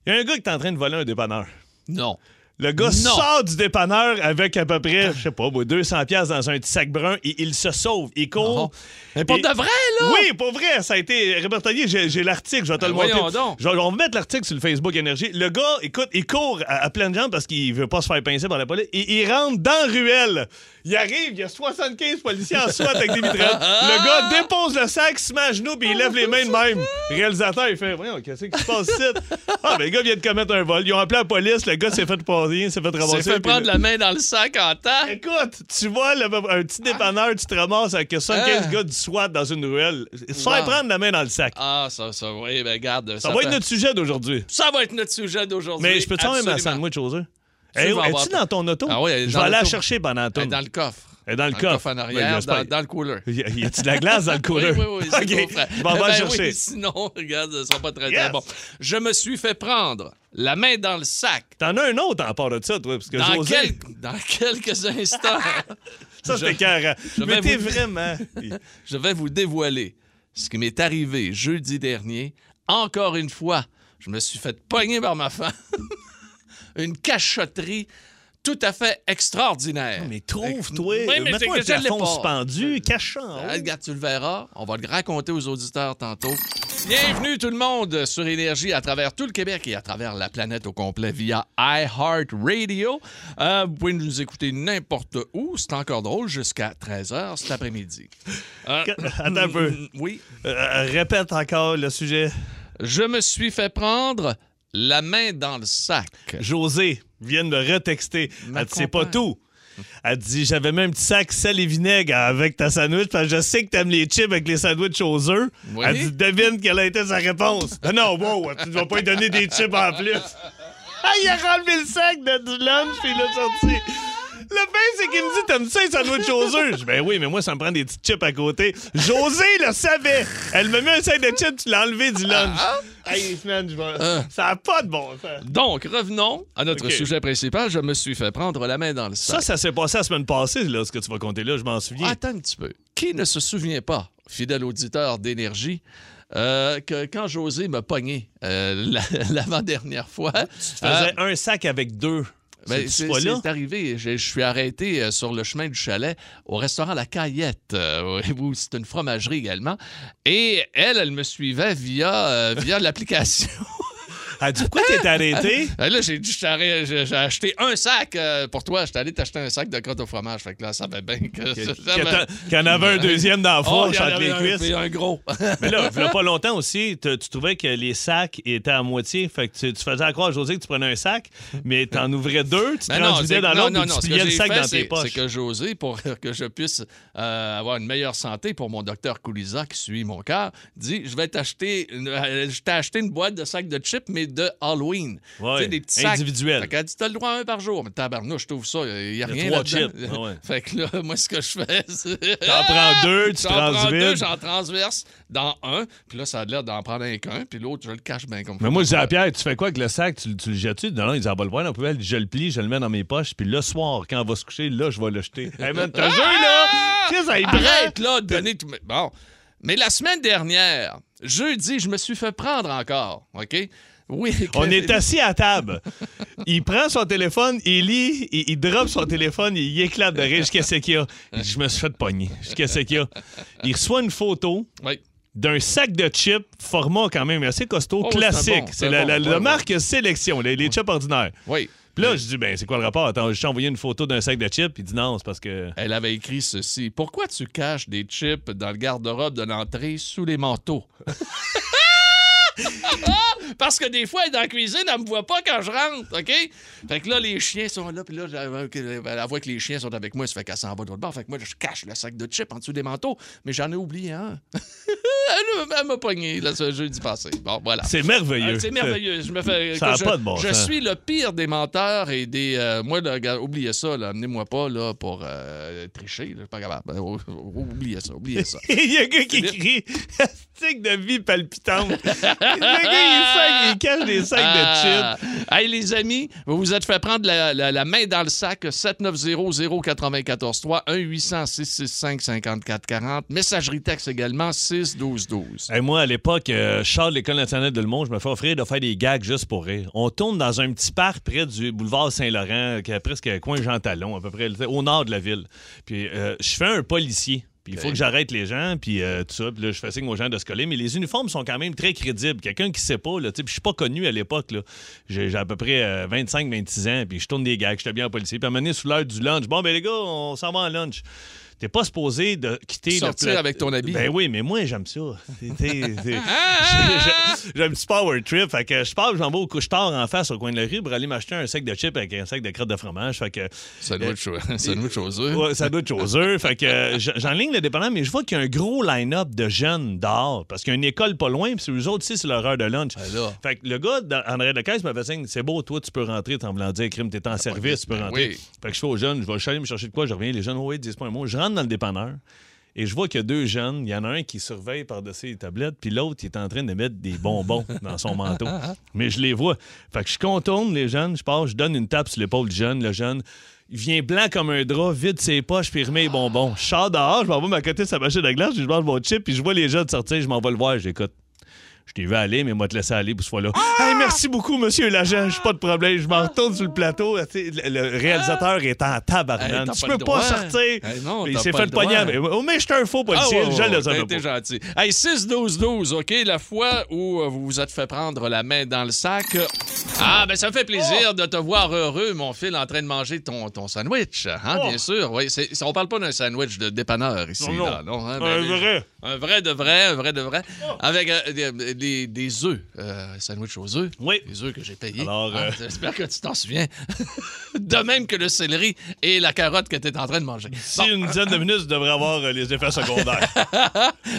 [SPEAKER 2] il y a un gars qui est en train de voler un dépanneur.
[SPEAKER 1] Non.
[SPEAKER 2] Le gars
[SPEAKER 1] Non.
[SPEAKER 2] sort du dépanneur avec à peu près, je sais pas, moi, 200 pièces dans un petit sac brun et il se sauve. Il court.
[SPEAKER 1] Oh. Mais pour
[SPEAKER 2] Et-
[SPEAKER 1] de vrai, là!
[SPEAKER 2] oui, pour vrai, ça a été répertorié. J'ai j'ai l'article, je vais te
[SPEAKER 1] Ben
[SPEAKER 2] le montrer.
[SPEAKER 1] voyons donc.
[SPEAKER 2] Je vais- on va mettre l'article sur le Facebook Énergie. Le gars, écoute, il court à, à pleine jambe parce qu'il veut pas se faire pincer par la police. Et il rentre dans la ruelle. Il arrive, il y a 75 policiers en SWAT avec des mitraillettes. Le gars dépose le sac, se met à genoux, puis il lève les mains de même. Le réalisateur, il fait Voyons, qu'est-ce qui se passe ici Ah, ben, le gars vient de commettre un vol. Ils ont appelé la police, le gars s'est fait passer, s'est fait ramasser.
[SPEAKER 1] C'est fait
[SPEAKER 2] puis
[SPEAKER 1] prendre
[SPEAKER 2] le-
[SPEAKER 1] la main dans le sac en temps.
[SPEAKER 2] Écoute, tu vois le- un petit dépanneur, tu te ramasses avec 75
[SPEAKER 1] Ah.
[SPEAKER 2] gars du SWAT dans une ruelle. Se faire
[SPEAKER 1] Wow.
[SPEAKER 2] prendre la main dans le sac.
[SPEAKER 1] Ah, ça, ça, oui, ben garde.
[SPEAKER 2] ça va être notre sujet d'aujourd'hui.
[SPEAKER 1] ça va être notre sujet d'aujourd'hui.
[SPEAKER 2] Mais je peux te faire même un
[SPEAKER 1] absolument.
[SPEAKER 2] sandwich aux œufs?
[SPEAKER 1] Tu
[SPEAKER 2] Hey,
[SPEAKER 1] vas avoir-
[SPEAKER 2] Es-tu dans ton auto?
[SPEAKER 1] Ah oui, elle est
[SPEAKER 2] je
[SPEAKER 1] dans
[SPEAKER 2] vais aller la
[SPEAKER 1] l'auto.
[SPEAKER 2] chercher pendant la
[SPEAKER 1] Elle est
[SPEAKER 2] tourne.
[SPEAKER 1] dans le coffre.
[SPEAKER 2] Elle est dans le
[SPEAKER 1] Dans
[SPEAKER 2] coffre.
[SPEAKER 1] en
[SPEAKER 2] Ben,
[SPEAKER 1] arrière,
[SPEAKER 2] j'espère.
[SPEAKER 1] dans, dans le cooler.
[SPEAKER 2] Y a- y a-tu de la glace dans le coureur?
[SPEAKER 1] Oui, oui, oui. c'est bon,
[SPEAKER 2] OK.
[SPEAKER 1] frère.
[SPEAKER 2] Bon, on va
[SPEAKER 1] Ben
[SPEAKER 2] le
[SPEAKER 1] oui,
[SPEAKER 2] chercher.
[SPEAKER 1] sinon, regarde, ce sera pas très,
[SPEAKER 2] Yes.
[SPEAKER 1] très bon. Je me suis fait prendre la main dans le sac.
[SPEAKER 2] T'en as un autre en part de ça, toi, parce que
[SPEAKER 1] Dans,
[SPEAKER 2] José,
[SPEAKER 1] quel- dans quelques instants,
[SPEAKER 2] ça c'était carré.
[SPEAKER 1] je
[SPEAKER 2] Mais
[SPEAKER 1] vais
[SPEAKER 2] t'es
[SPEAKER 1] vous-
[SPEAKER 2] vraiment...
[SPEAKER 1] je vais vous dévoiler ce qui m'est arrivé jeudi dernier. Encore une fois, je me suis fait pogner par ma femme. Une cachotterie tout à fait extraordinaire.
[SPEAKER 2] Mais trouve-toi,
[SPEAKER 1] Oui, mais
[SPEAKER 2] mets-toi
[SPEAKER 1] c'est
[SPEAKER 2] un
[SPEAKER 1] que je l'ai
[SPEAKER 2] plafond
[SPEAKER 1] pas.
[SPEAKER 2] suspendu, Oh, cache-en. haut.
[SPEAKER 1] Ah, regarde, tu le verras. On va le raconter aux auditeurs tantôt. Bienvenue tout le monde sur Énergie à travers tout le Québec et à travers la planète au complet via iHeartRadio. Euh, vous pouvez nous écouter n'importe où. C'est encore drôle jusqu'à 13h cet après-midi. Euh, mm,
[SPEAKER 2] Attends un peu.
[SPEAKER 1] oui.
[SPEAKER 2] Euh, répète encore le sujet.
[SPEAKER 1] Je me suis fait prendre la main dans le sac.
[SPEAKER 2] José vient de me retexter.
[SPEAKER 1] Ma
[SPEAKER 2] Elle dit, c'est pas
[SPEAKER 1] compagne.
[SPEAKER 2] tout. Elle dit, j'avais même un petit sac sel et vinaigre avec ta sandwich, parce que je sais que t'aimes les chips avec les sandwichs aux œufs.
[SPEAKER 1] Oui.
[SPEAKER 2] Elle dit, devine quelle a été sa réponse. Ah non, wow, tu ne vas pas lui donner des chips en plus. Ah, il a enlevé le sac de, du lunch, puis il l'a sorti. Le pain, c'est qu'il me dit T'aimes ça, les sandwichs aux œufs Je dis, Ben oui, mais moi, ça me prend des petits chips à côté. José le savait. Elle me met un sac de chips, tu l'as enlevé du lunch. Hey, man, je vais-
[SPEAKER 1] Euh.
[SPEAKER 2] Ça a pas de bon sens.
[SPEAKER 1] Donc, revenons à notre
[SPEAKER 2] Ok.
[SPEAKER 1] sujet principal. Je me suis fait prendre la main dans le sac.
[SPEAKER 2] Ça, ça s'est passé la semaine passée, là, ce que tu vas compter là, je m'en souviens.
[SPEAKER 1] Attends un petit peu. Qui ne se souvient pas, fidèle auditeur d'énergie, euh, que quand José m'a pogné euh, la- l'avant-dernière fois,
[SPEAKER 2] tu faisais un sac avec deux.
[SPEAKER 1] ah. ben,
[SPEAKER 2] Cette
[SPEAKER 1] c'est
[SPEAKER 2] fois-là?
[SPEAKER 1] c'est arrivé. Je, je suis arrêté euh, sur le chemin du chalet au restaurant La Caillette, euh, où c'est une fromagerie également. Et elle, elle me suivait via, euh, via l'application.
[SPEAKER 2] Elle dit pourquoi t'es arrêté?
[SPEAKER 1] Euh, Là, j'ai dit, je t'aurais- j'ai j'ai acheté un sac euh, pour toi. J'étais allé t'acheter un sac de crotte au fromage. Fait que là, ça va bien que...
[SPEAKER 2] Que-
[SPEAKER 1] ça- ça
[SPEAKER 2] que
[SPEAKER 1] va-
[SPEAKER 2] t'en- Qu'il y en avait un deuxième dans la
[SPEAKER 1] Oh,
[SPEAKER 2] fourche
[SPEAKER 1] il y en
[SPEAKER 2] entre
[SPEAKER 1] avait
[SPEAKER 2] les
[SPEAKER 1] un,
[SPEAKER 2] cuisses.
[SPEAKER 1] puis un gros.
[SPEAKER 2] Mais là, il pas longtemps aussi, te- tu trouvais que les sacs étaient à moitié. Fait que tu, tu faisais à croire à José que tu prenais un sac, mais t'en ouvrais deux, tu te
[SPEAKER 1] Ben non,
[SPEAKER 2] transvidais
[SPEAKER 1] c'est- non,
[SPEAKER 2] dans l'autre
[SPEAKER 1] non,
[SPEAKER 2] et tu
[SPEAKER 1] non, ce que
[SPEAKER 2] pliais le
[SPEAKER 1] j'ai
[SPEAKER 2] sac
[SPEAKER 1] fait,
[SPEAKER 2] dans
[SPEAKER 1] c'est-
[SPEAKER 2] tes poches.
[SPEAKER 1] C'est que José, pour que je puisse euh, avoir une meilleure santé pour mon docteur Coulisa qui suit mon cœur, dit Je vais t'acheter, une- euh, je t'ai acheté une boîte de sacs de chips, mais de Halloween.
[SPEAKER 2] Ouais,
[SPEAKER 1] tu sais, des petits sacs.
[SPEAKER 2] individuels.
[SPEAKER 1] Fait qu'elle dit T'as le droit à un par jour. Mais tabarnouche, je trouve ça, il n'y a
[SPEAKER 2] Il y a
[SPEAKER 1] rien.
[SPEAKER 2] trois
[SPEAKER 1] là-dedans.
[SPEAKER 2] chips. Ah ouais.
[SPEAKER 1] Fait que là, moi, ce que je fais, c'est.
[SPEAKER 2] T'en prends deux, tu
[SPEAKER 1] J'en prends deux,
[SPEAKER 2] transvides.
[SPEAKER 1] j'en transverse dans un, puis là, ça a l'air d'en prendre un qu'un, puis l'autre, je le cache bien comme
[SPEAKER 2] Mais moi, je dis à Pierre, tu fais quoi avec le sac? Tu, le- tu le jettes-tu? Non, non, il dit, ah, va le voir dans la poubelle. Je le plie, je le mets dans mes poches. Puis le soir, quand on va se coucher, là, je vais le jeter. Hey, man, t'as un jeu,
[SPEAKER 1] Ah!
[SPEAKER 2] là! Qu'est-ce que ça, il brette?
[SPEAKER 1] Arrête, là, de donner tout. Bon. Mais la semaine dernière, jeudi, je me suis fait prendre encore, OK? Oui.
[SPEAKER 2] On est assis à table. Il prend son téléphone, il lit, il, il drop son téléphone, il, il éclate de rire. Je dis, Qu'est-ce qu'il y a? Il dit, Je me suis fait pogner. Je dis, Qu'est-ce qu'il y a? Il reçoit une photo
[SPEAKER 1] Oui.
[SPEAKER 2] d'un sac de chips, format quand même assez costaud,
[SPEAKER 1] Oh, c'est un
[SPEAKER 2] classique.
[SPEAKER 1] bon, c'est
[SPEAKER 2] C'est
[SPEAKER 1] un
[SPEAKER 2] la,
[SPEAKER 1] bon,
[SPEAKER 2] la- la
[SPEAKER 1] ouais, ouais.
[SPEAKER 2] marque Sélection, les, les chips ordinaires.
[SPEAKER 1] Oui.
[SPEAKER 2] Puis là, je dis, ben, c'est quoi le rapport? Attends, je t'ai envoyé une photo d'un sac de chips. Il dit, non, c'est parce que.
[SPEAKER 1] Euh, Elle avait écrit ceci. Pourquoi tu caches des chips dans le garde-robe de l'entrée sous les manteaux? Parce que des fois, elle est dans la cuisine, elle me voit pas quand je rentre, OK? Fait que là, les chiens sont là, puis là, j'avais- elle voit que les chiens sont avec moi, ça fait qu'elle s'en va de l'autre bord. Fait que moi, je cache le sac de chips en dessous des manteaux, mais j'en ai oublié un. elle m'a- elle m'a pogné, là, ce jeudi passé. Bon, voilà.
[SPEAKER 2] C'est merveilleux.
[SPEAKER 1] Ah, C'est merveilleux. Je me fais.
[SPEAKER 2] Ça a
[SPEAKER 1] je,
[SPEAKER 2] pas de bon
[SPEAKER 1] je
[SPEAKER 2] sens.
[SPEAKER 1] suis le pire des menteurs et des. euh, moi, là, regarde, oubliez ça, là, amenez-moi pas là, pour euh, tricher. là, je suis pas capable. Ben, ou- ou- Oubliez ça, oubliez ça.
[SPEAKER 2] Il y a un gars qui crie Astique de vie palpitante. le gars, il, sac, il cache des sacs de
[SPEAKER 1] Ah. Hey, les amis, vous vous êtes fait prendre la, la- la main dans le sac 790-094-3, 1-800-665-5440, messagerie texte également 6-12-12.
[SPEAKER 2] chips. Et moi, à l'époque, euh, Charles, l'École nationale de Lemont, je me fais offrir de faire des gags juste pour rire. On tourne dans un petit parc près du boulevard Saint-Laurent, qui est presque coin Jean-Talon, à peu près, au nord de la ville. Puis euh, je fais un policier. Puis il faut
[SPEAKER 1] Ok.
[SPEAKER 2] que j'arrête les gens, puis euh, tout ça. Puis là, je fais signe aux gens de se coller. Mais les uniformes sont quand même très crédibles. Quelqu'un qui sait pas, là, tu sais, puis je suis pas connu à l'époque, là. J'ai j'ai à peu près 25-26 ans, puis je tourne des gags, j'étais bien en policier. Puis à un moment donné, sous l'heure du lunch, bon, ben les gars, on s'en va en lunch. T'es pas supposé de quitter le
[SPEAKER 1] Sortir
[SPEAKER 2] plate-
[SPEAKER 1] avec ton habit.
[SPEAKER 2] Ben oui, mais moi, j'aime ça. C'est- c'est- c'est-
[SPEAKER 1] Ah!
[SPEAKER 2] j'ai- j'ai un petit power trip. Fait que je pars, je m'en vais au couche-tard en face au coin de la rue pour aller m'acheter un sac de chips avec un sac de crottes de fromage. Fait que
[SPEAKER 1] Ça doit être chaud. Ça doit être chaud.
[SPEAKER 2] euh, Ouais, ça doit être choseux. fait que euh, j- j'enligne le dépendant, mais je vois qu'il y a un gros line-up de jeunes dehors. Parce qu'il y a une école pas loin, puis c'est eux autres ici, c'est leur heure de lunch.
[SPEAKER 1] Ben là.
[SPEAKER 2] Fait que le gars, dans- en arrière de la caisse, m'a fait signe c'est beau, toi, tu peux rentrer, t'en voulant dire, crime, t'es en service, tu peux
[SPEAKER 1] ben
[SPEAKER 2] rentrer.
[SPEAKER 1] oui.
[SPEAKER 2] Fait que je fais aux jeunes, je vais je suis allé me chercher de quoi, je reviens, les jeunes, oh oui, disent pas un mot. Je rentre dans le dépanneur. Et je vois qu'il y a deux jeunes. Il y en a un qui surveille par-dessus les tablettes, puis l'autre, il est en train de mettre des bonbons dans son manteau. Mais je les vois. Fait que je contourne les jeunes, je pars, je donne une tape sur l'épaule du jeune. Le jeune, il vient blanc comme un drap, vide ses poches, puis il remet les bonbons. Je sors dehors, je m'en vais m'accoter de sa machine à glace, puis je mange mon chip, puis je vois les jeunes sortir, je m'en vais le voir, j'écoute. Je t'ai vu aller, mais moi te laisser aller pour ce fois-là.
[SPEAKER 1] Ah!
[SPEAKER 2] Hey, merci beaucoup, monsieur l'agent. J'ai pas de problème. Je m'en retourne sur le plateau. Tu sais, Le le réalisateur est en
[SPEAKER 1] Ah! Hey,
[SPEAKER 2] tabarnane.
[SPEAKER 1] t'as
[SPEAKER 2] tu
[SPEAKER 1] pas
[SPEAKER 2] peux
[SPEAKER 1] le
[SPEAKER 2] pas
[SPEAKER 1] droit.
[SPEAKER 2] sortir.
[SPEAKER 1] Hey, non,
[SPEAKER 2] il
[SPEAKER 1] t'as
[SPEAKER 2] s'est
[SPEAKER 1] pas
[SPEAKER 2] fait
[SPEAKER 1] le
[SPEAKER 2] le pogner.
[SPEAKER 1] droit.
[SPEAKER 2] avec- Oh, Mais je suis un faux policier.
[SPEAKER 1] Ah, ouais,
[SPEAKER 2] je
[SPEAKER 1] ouais,
[SPEAKER 2] le
[SPEAKER 1] ouais,
[SPEAKER 2] savais
[SPEAKER 1] t'as
[SPEAKER 2] pas.
[SPEAKER 1] été gentil. Hey, 6-12-12, OK? La fois où euh, vous vous êtes fait prendre la main dans le sac. euh, Ah, ben ça me fait plaisir de te voir heureux, mon fil, en train de manger ton, ton sandwich. Hein,
[SPEAKER 2] Oh.
[SPEAKER 1] Bien sûr. Oui, c'est- c'est- on parle pas d'un sandwich de dépanneur ici.
[SPEAKER 2] Non, non.
[SPEAKER 1] là, non, hein,
[SPEAKER 2] Un
[SPEAKER 1] ben, les-
[SPEAKER 2] vrai. Oh.
[SPEAKER 1] Un vrai de vrai, un vrai de vrai. Avec euh, des, des- des œufs. Euh, sandwich aux œufs.
[SPEAKER 2] Oui.
[SPEAKER 1] Les œufs que j'ai payés. Hein,
[SPEAKER 2] Alors, euh,
[SPEAKER 1] J'espère que tu t'en souviens. de même que le céleri et la carotte que tu es en train de manger.
[SPEAKER 2] Si
[SPEAKER 1] Bon.
[SPEAKER 2] une dizaine de minutes, je devrais avoir euh, les effets secondaires.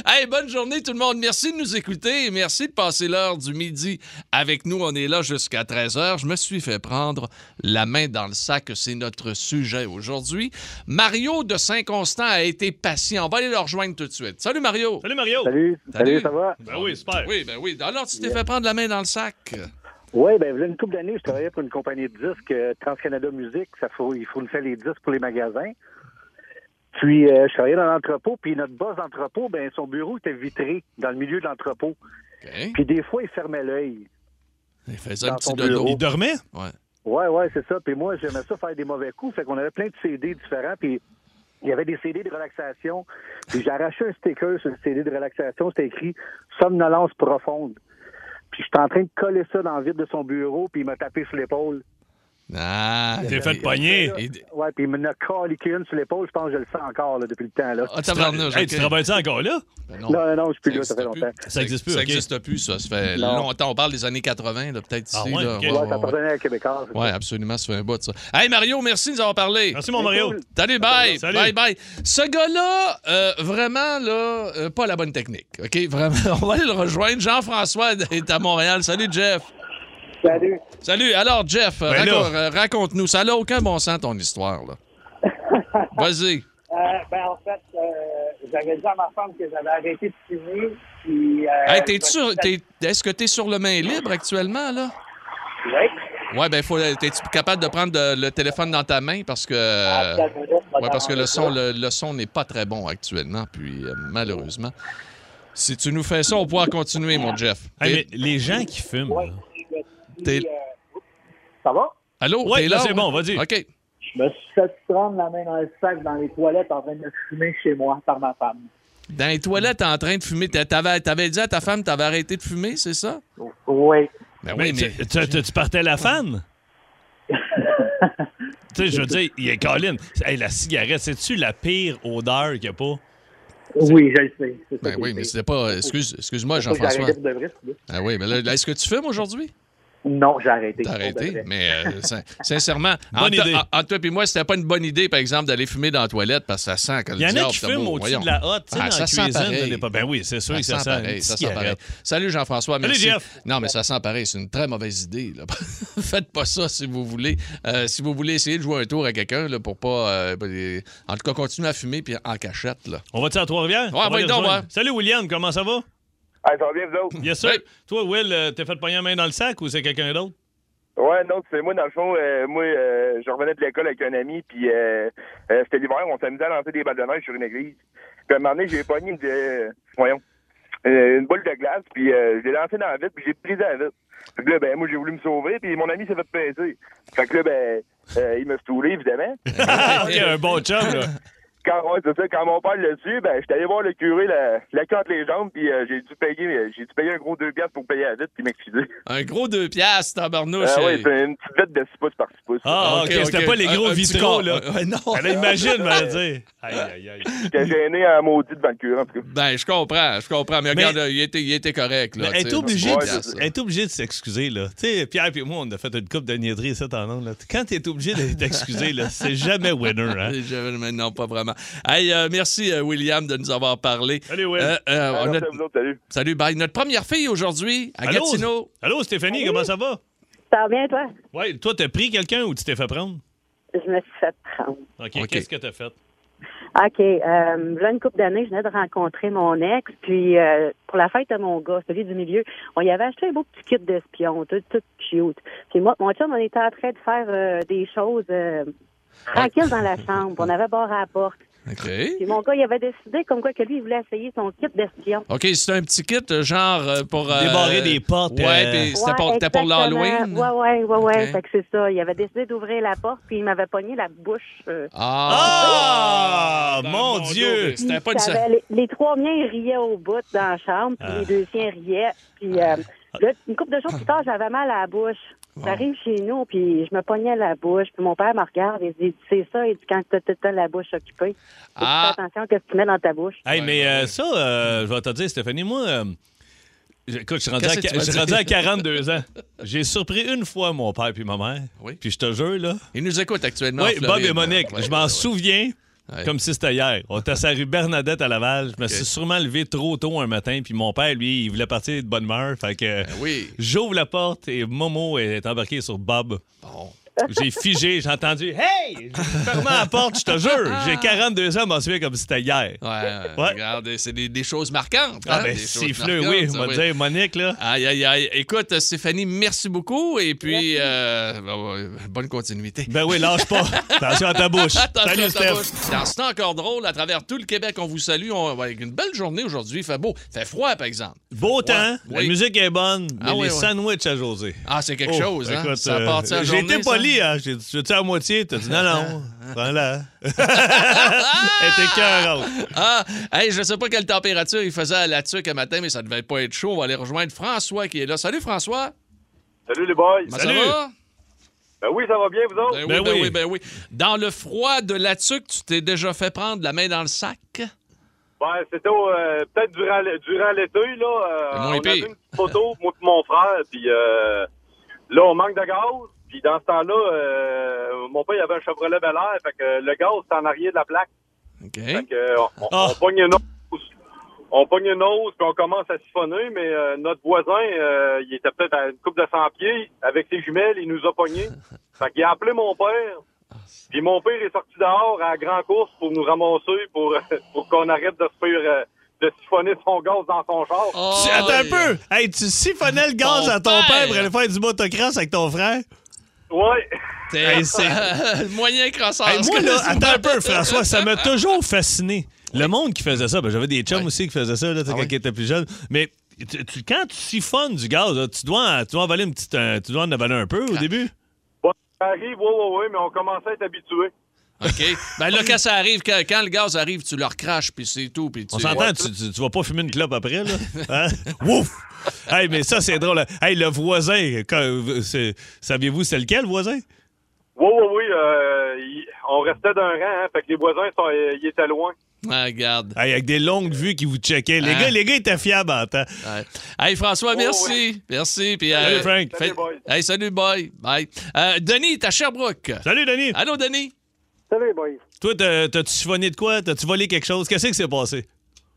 [SPEAKER 1] Hey, bonne journée tout le monde. Merci de nous écouter et merci de passer l'heure du midi avec nous. On est là jusqu'à jusqu'à 13h. Je me suis fait prendre la main dans le sac. C'est notre sujet aujourd'hui. Mario de Saint-Constant a été patient. On va aller le rejoindre tout de suite. Salut, Mario.
[SPEAKER 2] Salut Mario!
[SPEAKER 7] Salut,
[SPEAKER 1] Salut.
[SPEAKER 7] salut, ça va?
[SPEAKER 2] Ben oui, super.
[SPEAKER 1] Oui, ben oui. Alors, tu t'es fait prendre la main dans le sac.
[SPEAKER 7] Oui, ben, voilà une couple d'années, je travaillais pour une compagnie de disques, euh, Trans-Canada Musique. Ça faut, il fournissait les disques pour les magasins. Puis, euh, je travaillais dans l'entrepôt, puis notre boss d'entrepôt, ben, son bureau était vitré dans le milieu de l'entrepôt.
[SPEAKER 1] OK.
[SPEAKER 7] Puis, des fois, il fermait l'œil.
[SPEAKER 1] Il faisait un
[SPEAKER 7] Dans
[SPEAKER 1] petit
[SPEAKER 7] ton
[SPEAKER 1] dodo.
[SPEAKER 2] Il dormait?
[SPEAKER 1] Ouais.
[SPEAKER 7] Ouais, ouais, c'est ça. Puis moi, j'aimais ça faire des mauvais coups. Fait qu'on avait plein de CD différents. Puis il y avait des CD de relaxation. Puis j'ai arraché un sticker sur le CD de relaxation. C'était écrit Somnolence profonde. Puis j'étais en train de coller ça dans le vide de son bureau. Puis il m'a tapé sur l'épaule.
[SPEAKER 1] Ah,
[SPEAKER 2] T'es fait pogner.
[SPEAKER 1] Et-
[SPEAKER 7] Ouais, puis il m'en a caliqué une sur l'épaule. Je pense que je le sens encore là, depuis le temps. Là.
[SPEAKER 1] Ah, tabarnouche,
[SPEAKER 2] Hey, tu
[SPEAKER 1] ok.
[SPEAKER 2] travailles-tu encore là?
[SPEAKER 1] Ben
[SPEAKER 7] Non, non, non, je suis plus là, ça fait
[SPEAKER 1] existe
[SPEAKER 7] longtemps.
[SPEAKER 2] Ça existe plus,
[SPEAKER 1] Ça
[SPEAKER 2] ok.
[SPEAKER 1] n'existe plus, ça. Ça fait
[SPEAKER 7] Non.
[SPEAKER 1] longtemps. On parle des années 80, là, peut-être
[SPEAKER 2] Ah
[SPEAKER 1] ici,
[SPEAKER 2] ouais,
[SPEAKER 1] là.
[SPEAKER 2] ok.
[SPEAKER 1] Ouais,
[SPEAKER 7] Ouais,
[SPEAKER 1] ouais,
[SPEAKER 7] ça appartenait à Québécois.
[SPEAKER 1] ouais. Ouais, absolument, ça fait un bout de ça. Hey Mario, merci de nous avoir parlé.
[SPEAKER 2] Merci mon Mario.
[SPEAKER 7] cool.
[SPEAKER 1] Salut, bye.
[SPEAKER 2] Salut.
[SPEAKER 1] Bye, bye. Ce gars-là, euh, vraiment, là, euh, pas la bonne technique. OK, vraiment. On va aller le rejoindre. Jean-François est à Montréal. Salut, Jeff.
[SPEAKER 7] Salut.
[SPEAKER 1] Salut. Alors, Jeff,
[SPEAKER 2] Ben
[SPEAKER 1] raco-
[SPEAKER 2] là.
[SPEAKER 1] euh, raconte-nous. Ça n'a aucun bon sens, ton histoire, là. Vas-y.
[SPEAKER 8] ben, en fait, j'avais dit à ma femme que j'avais arrêté de fumer. Puis,
[SPEAKER 7] euh,
[SPEAKER 1] Hey, t'es-tu sur- t'es- Est-ce que tu es sur le main libre actuellement, là? Ouais, ben, faut, t'es-tu capable de prendre de- le téléphone dans ta main parce que. euh, Ouais, parce que le son, le, le son n'est pas très bon actuellement, puis euh, malheureusement. Si tu nous fais ça, on pourra continuer, mon Jeff.
[SPEAKER 2] Hey,
[SPEAKER 1] T'es-
[SPEAKER 2] mais les gens qui fument, là.
[SPEAKER 1] t'es-
[SPEAKER 7] euh, Ça va?
[SPEAKER 1] Allô?
[SPEAKER 2] Ouais,
[SPEAKER 1] t'es
[SPEAKER 2] là,
[SPEAKER 1] là?
[SPEAKER 2] c'est bon, vas-y.
[SPEAKER 1] OK.
[SPEAKER 8] Je me suis fait prendre la main dans le sac dans les toilettes en train de fumer chez moi par ma femme.
[SPEAKER 1] Dans les toilettes, en train de fumer. T'a- T'avais, t'avais dit à ta femme, t'avais arrêté de fumer, c'est ça?
[SPEAKER 8] Oui.
[SPEAKER 1] Ben
[SPEAKER 2] Mais
[SPEAKER 1] oui, mais.
[SPEAKER 2] tu- Tu, tu- tu partais la fan? tu sais, je veux dire, il est Colin. Hey, la cigarette, c'est-tu la pire odeur qu'il n'y a pas?
[SPEAKER 8] Oui, je le sais. c'est ça
[SPEAKER 1] Ben
[SPEAKER 8] que
[SPEAKER 1] oui,
[SPEAKER 8] je
[SPEAKER 1] mais
[SPEAKER 8] sais.
[SPEAKER 1] c'était pas. Excuse, excuse-moi,
[SPEAKER 8] Faut que
[SPEAKER 1] Jean-François.
[SPEAKER 8] j'arrête de vrai, c'est
[SPEAKER 1] Ah oui, mais là, là, est-ce que tu fumes aujourd'hui?
[SPEAKER 8] bien. Non, j'ai arrêté.
[SPEAKER 1] T'as
[SPEAKER 7] ben,
[SPEAKER 8] pour de
[SPEAKER 1] arrêté?
[SPEAKER 8] vrai.
[SPEAKER 1] Mais euh, sin- sincèrement,
[SPEAKER 2] Bonne
[SPEAKER 1] entre,
[SPEAKER 2] idée.
[SPEAKER 1] en- entre toi et moi, c'était pas une bonne idée, par exemple, d'aller fumer dans la toilette parce que ça sent que le
[SPEAKER 2] Il y en a
[SPEAKER 1] diable,
[SPEAKER 2] qui
[SPEAKER 1] t'as
[SPEAKER 2] fument
[SPEAKER 1] beau,
[SPEAKER 2] au-dessus
[SPEAKER 1] voyons.
[SPEAKER 2] de la hotte, tu sais,
[SPEAKER 1] Ah,
[SPEAKER 2] dans
[SPEAKER 1] ça
[SPEAKER 2] la
[SPEAKER 1] sent
[SPEAKER 2] cuisine
[SPEAKER 1] pareil.
[SPEAKER 2] de l'époque. Ben oui, c'est sûr
[SPEAKER 1] Ça
[SPEAKER 2] que ça
[SPEAKER 1] sent
[SPEAKER 2] sent.
[SPEAKER 1] pareil,
[SPEAKER 2] une
[SPEAKER 1] ça sent
[SPEAKER 2] cigarette.
[SPEAKER 1] pareil. Salut Jean-François, merci.
[SPEAKER 2] Jeff.
[SPEAKER 1] Non, mais ça sent pareil, c'est une très mauvaise idée. là. Faites pas ça si vous voulez. Euh, si vous voulez essayer de jouer un tour à quelqu'un, là, pour pas... euh, ben, les- en tout cas, continuez à fumer, puis en cachette, là.
[SPEAKER 2] On va-tu à Trois-Rivières? On va
[SPEAKER 1] va
[SPEAKER 2] les
[SPEAKER 1] donc,
[SPEAKER 2] rejoindre.
[SPEAKER 1] ouais.
[SPEAKER 2] Salut, William, comment ça va?
[SPEAKER 4] Ah, ça va bien, vous autres?
[SPEAKER 2] Yes, sir.
[SPEAKER 1] Hey.
[SPEAKER 2] Toi, Will, euh, t'es fait pogner la main dans le sac ou c'est quelqu'un d'autre?
[SPEAKER 4] Ouais, non, c'est moi, dans le fond, euh, moi, euh, je revenais de l'école avec un ami, puis euh, euh, c'était l'hiver, on s'amusait à lancer des balles de neige sur une église. Puis à un moment donné, j'ai pogné une, de- voyons, euh, une boule de glace, puis euh, je l'ai lancée dans la vitre, puis j'ai pris la vitre. Fait que là, ben, moi, j'ai voulu me sauver, puis mon ami s'est fait pincer. Fait que là, ben, euh, il m'a stoulé, évidemment.
[SPEAKER 2] Ah, ok, un bon chum, là.
[SPEAKER 4] Quand, ouais, c'est ça, quand mon père l'a tué, ben, j'étais allé voir le curé, la, la queue entre les jambes, puis euh, j'ai dû payer j'ai dû payer un gros deux piastres pour payer la vitre, puis m'excuser.
[SPEAKER 1] Un gros deux piastres, tabarnouche.
[SPEAKER 4] Ah ouais,
[SPEAKER 1] hey.
[SPEAKER 4] c'est une petite bête de 6 pouces par 6 pouces.
[SPEAKER 2] Ah, ok,
[SPEAKER 1] OK,
[SPEAKER 2] c'était
[SPEAKER 1] OK.
[SPEAKER 2] pas les
[SPEAKER 1] Un-
[SPEAKER 2] gros
[SPEAKER 1] un petit
[SPEAKER 2] vitraux,
[SPEAKER 1] corps,
[SPEAKER 2] là.
[SPEAKER 1] euh, non.
[SPEAKER 2] Elle imagine, elle va dire. Aïe, aïe, aïe.
[SPEAKER 4] J'étais gêné à maudit devant le curé, en tout cas.
[SPEAKER 1] Ben, je comprends, je comprends. Mais,
[SPEAKER 2] Mais-
[SPEAKER 1] regarde, là, il était, il était correct, là.
[SPEAKER 2] Mais elle est
[SPEAKER 1] tu sais,
[SPEAKER 2] obligée
[SPEAKER 1] un
[SPEAKER 2] de,
[SPEAKER 4] ouais,
[SPEAKER 1] petit piastre,
[SPEAKER 2] elle est obligée de s'excuser, là. Tu sais, Pierre et moi, on a fait une coupe de niaiseries, ça, t'en ondes, là. Quand t'es obligé de t'excuser, là, c'est jamais winner, hein.
[SPEAKER 1] J'avais- mais Non, pas vraiment. Hey, euh, merci, euh, William, de nous avoir parlé.
[SPEAKER 2] Salut, Will.
[SPEAKER 1] Euh, euh, on a-
[SPEAKER 4] Alors, ça, vous autres, salut.
[SPEAKER 1] Salut, bye. Notre première fille aujourd'hui, à
[SPEAKER 2] Allô?
[SPEAKER 1] Gatineau.
[SPEAKER 2] Allô, Stéphanie, comment ça va?
[SPEAKER 9] Ça va bien, toi?
[SPEAKER 2] Ouais, toi, t'as pris quelqu'un ou tu t'es fait prendre?
[SPEAKER 9] Je me suis fait prendre.
[SPEAKER 2] OK,
[SPEAKER 1] OK.
[SPEAKER 2] qu'est-ce que t'as fait?
[SPEAKER 9] OK. Euh, là, une couple d'années, je venais de rencontrer mon ex. Puis, euh, pour la fête de mon gars, celui du milieu, on y avait acheté un beau petit kit d'espion, tout, tout cute. Puis moi, mon chum, on était en train de faire euh, des choses euh, tranquilles dans la chambre. On avait barre à la porte.
[SPEAKER 1] OK.
[SPEAKER 9] Puis mon gars, il avait décidé comme quoi que lui, il voulait essayer son kit d'espion.
[SPEAKER 1] OK, c'est un petit kit, euh, genre euh, pour. euh,
[SPEAKER 2] Débarrer des portes,
[SPEAKER 1] Ouais,
[SPEAKER 2] euh,
[SPEAKER 1] puis c'était
[SPEAKER 9] Ouais,
[SPEAKER 1] pour, c'était pour
[SPEAKER 9] exactement.
[SPEAKER 1] l'Halloween.
[SPEAKER 9] Ouais, ouais, ouais, ouais.
[SPEAKER 1] OK.
[SPEAKER 9] Fait que c'est ça. Il avait décidé d'ouvrir la porte, puis il m'avait pogné la bouche. euh,
[SPEAKER 2] Ah,
[SPEAKER 1] Ben,
[SPEAKER 2] mon Dieu.
[SPEAKER 1] mais C'était pas
[SPEAKER 9] Puis
[SPEAKER 1] une.
[SPEAKER 9] ça
[SPEAKER 1] sa-
[SPEAKER 9] avait- les, les trois miens riaient au bout dans la chambre, puis
[SPEAKER 2] Ah.
[SPEAKER 9] les deux siens riaient. Puis
[SPEAKER 1] Ah.
[SPEAKER 9] euh, là, une couple de jours plus tard, j'avais mal à la bouche. J'arrive chez nous, puis je me pognais la bouche. Puis mon père me regarde et dit C'est ça, il dit quand t'as tout le temps la bouche occupée, faut que tu
[SPEAKER 1] Ah.
[SPEAKER 9] fais attention à ce que tu mets dans ta bouche.
[SPEAKER 2] Hey,
[SPEAKER 1] Ouais,
[SPEAKER 2] mais
[SPEAKER 1] ouais,
[SPEAKER 2] euh,
[SPEAKER 1] ouais.
[SPEAKER 2] ça, euh, je vais te dire, Stéphanie, moi, euh, je- écoute, je suis rendu, à,
[SPEAKER 1] Qu'est-ce que tu vas
[SPEAKER 2] je suis
[SPEAKER 1] dire?
[SPEAKER 2] rendu à 42 ans. J'ai surpris une fois mon père puis ma mère.
[SPEAKER 1] Oui.
[SPEAKER 2] Puis je te jure, là.
[SPEAKER 1] Il nous écoute actuellement. en
[SPEAKER 2] Oui, Bob
[SPEAKER 1] Floride.
[SPEAKER 2] et Monique,
[SPEAKER 1] Ouais,
[SPEAKER 2] je m'en
[SPEAKER 1] ouais, ouais.
[SPEAKER 2] souviens.
[SPEAKER 1] Ouais.
[SPEAKER 2] Comme si c'était hier. On était à la rue Bernadette à Laval. Je me suis sûrement levé trop tôt un matin, puis mon père, lui, il voulait partir de bonne humeur. Fait que
[SPEAKER 1] Ben oui.
[SPEAKER 2] j'ouvre la porte et Momo est embarqué sur Bob.
[SPEAKER 1] Bon.
[SPEAKER 2] J'ai figé, j'ai entendu Hey! Ferme la porte, je te jure! J'ai 42 ans, je m'en souviens comme si c'était hier.
[SPEAKER 1] Ouais, ouais,
[SPEAKER 2] Ouais.
[SPEAKER 1] regarde, c'est des, des choses marquantes.
[SPEAKER 2] Ah,
[SPEAKER 1] hein,
[SPEAKER 2] ben,
[SPEAKER 1] des choses
[SPEAKER 2] siffleux,
[SPEAKER 1] marquantes,
[SPEAKER 2] oui,
[SPEAKER 1] ça,
[SPEAKER 2] on va dire, Monique, là.
[SPEAKER 1] Aïe, aïe, aïe. Écoute, Stéphanie, merci beaucoup. Et puis, euh, bon, bonne continuité.
[SPEAKER 2] Ben oui, lâche pas. Attention à ta bouche.
[SPEAKER 1] Attention
[SPEAKER 2] Salut,
[SPEAKER 1] à ta
[SPEAKER 2] Steph.
[SPEAKER 1] bouche. Dans ce temps encore drôle, à travers tout le Québec, on vous salue. On va avec une belle journée aujourd'hui. Il fait beau. Il fait froid, par exemple.
[SPEAKER 2] Beau temps, la
[SPEAKER 1] oui.
[SPEAKER 2] musique est bonne, mais
[SPEAKER 1] Ah oui,
[SPEAKER 2] les
[SPEAKER 1] oui.
[SPEAKER 2] sandwichs à José.
[SPEAKER 1] Ah, c'est quelque
[SPEAKER 2] Oh,
[SPEAKER 1] chose, hein?
[SPEAKER 2] écoute,
[SPEAKER 1] ça a
[SPEAKER 2] euh,
[SPEAKER 1] parti à
[SPEAKER 2] J'ai
[SPEAKER 1] journée,
[SPEAKER 2] été
[SPEAKER 1] ça.
[SPEAKER 2] poli, hein. J'ai dit, tu veux-tu à moitié? T'as dit, non, non, prends-la. Elle était cœur
[SPEAKER 1] Ah, hey, je sais pas quelle température il faisait à la tuque un matin, mais ça devait pas être chaud. On va aller rejoindre François qui est là. Salut, François.
[SPEAKER 4] Salut les boys.
[SPEAKER 1] Comment
[SPEAKER 2] Salut.
[SPEAKER 1] Ça va?
[SPEAKER 4] Ben oui, ça va bien, vous autres?
[SPEAKER 1] Ben oui,
[SPEAKER 2] Ben
[SPEAKER 1] ben
[SPEAKER 2] oui.
[SPEAKER 1] oui, ben oui. Dans le froid de la tuque, tu t'es déjà fait prendre la main dans le sac?
[SPEAKER 4] Ben, c'était au, euh, peut-être durant, l- durant l'été, là. euh,
[SPEAKER 1] C'est moins
[SPEAKER 4] on a
[SPEAKER 1] pire.
[SPEAKER 4] vu une petite photo, moi et mon frère, puis euh, là, on manque de gaz. Puis dans ce temps-là, euh, mon père, il avait un Chevrolet Bel Air, fait que le gaz, c'est en arrière de la plaque.
[SPEAKER 1] OK.
[SPEAKER 4] Fait que euh, on, on-
[SPEAKER 2] Ah.
[SPEAKER 4] on pogne une hausse. On pogne une hausse, puis on commence à siphonner, mais euh, notre voisin, euh, il était peut-être à une coupe de 100 pieds, avec ses jumelles, il nous a pognés. Fait qu'il a appelé mon père,
[SPEAKER 2] Ah,
[SPEAKER 4] puis mon père est sorti dehors à la grand course pour nous ramasser, pour, euh, pour qu'on arrête de se faire... euh, de siphonner son gaz dans son char.
[SPEAKER 1] Oh,
[SPEAKER 2] Tu- Attends un
[SPEAKER 1] oui.
[SPEAKER 2] peu! Hey, tu siphonnais le gaz
[SPEAKER 1] Ton
[SPEAKER 2] à ton père
[SPEAKER 1] père.
[SPEAKER 2] pour aller faire du motocross avec ton frère?
[SPEAKER 4] Ouais.
[SPEAKER 1] T'es-
[SPEAKER 2] Hey, c'est-
[SPEAKER 1] le moyen crosseur.
[SPEAKER 2] Hey, moi, là,
[SPEAKER 1] Excuse-moi.
[SPEAKER 2] attends un peu, François, ça m'a toujours fasciné. Le monde qui faisait ça, ben, j'avais des chums aussi qui faisaient ça là, tu sais, quand
[SPEAKER 1] Ah ouais?
[SPEAKER 2] ils étaient plus jeunes. Mais tu- tu- quand tu siphonnes du gaz, là, tu, dois, en- tu dois avaler une petite, un- tu dois en avaler un peu
[SPEAKER 1] Ah.
[SPEAKER 2] au début.
[SPEAKER 4] Bon, ça arrive, ouais, ouais, ouais, mais on commençait à être habitué.
[SPEAKER 1] OK. Ben là, quand ça arrive, quand, quand le gaz arrive, tu le recraches, puis c'est tout. Puis tu...
[SPEAKER 2] On s'entend, tu, tu, tu vas pas fumer une clope après, là. Hein? Wouf! Hey, mais ça, c'est drôle. Hey, le voisin, quand- c'est- saviez-vous c'est lequel, le voisin?
[SPEAKER 4] Ouais, ouais, ouais, euh, il- on restait d'un rang, hein, fait que les voisins, sont- ils étaient loin.
[SPEAKER 1] Ah, regarde.
[SPEAKER 2] Hey, avec des longues vues qui vous checkaient. Les,
[SPEAKER 1] Hein?
[SPEAKER 2] gars, les gars étaient fiables en temps.
[SPEAKER 1] Ouais. Hey, François, merci.
[SPEAKER 4] Oh, ouais.
[SPEAKER 1] Merci. Puis,
[SPEAKER 2] Salut,
[SPEAKER 1] euh,
[SPEAKER 2] Frank.
[SPEAKER 1] fait-
[SPEAKER 4] Salut, boys.
[SPEAKER 1] Hey, salut, bye. Bye. Euh, Denis, t'as Sherbrooke.
[SPEAKER 2] Salut, Denis.
[SPEAKER 1] Allô, Denis?
[SPEAKER 7] Salut, boys.
[SPEAKER 2] Toi, t'as- t'as-tu siphonné de quoi? T'as-tu volé quelque chose? Qu'est-ce qui s'est passé?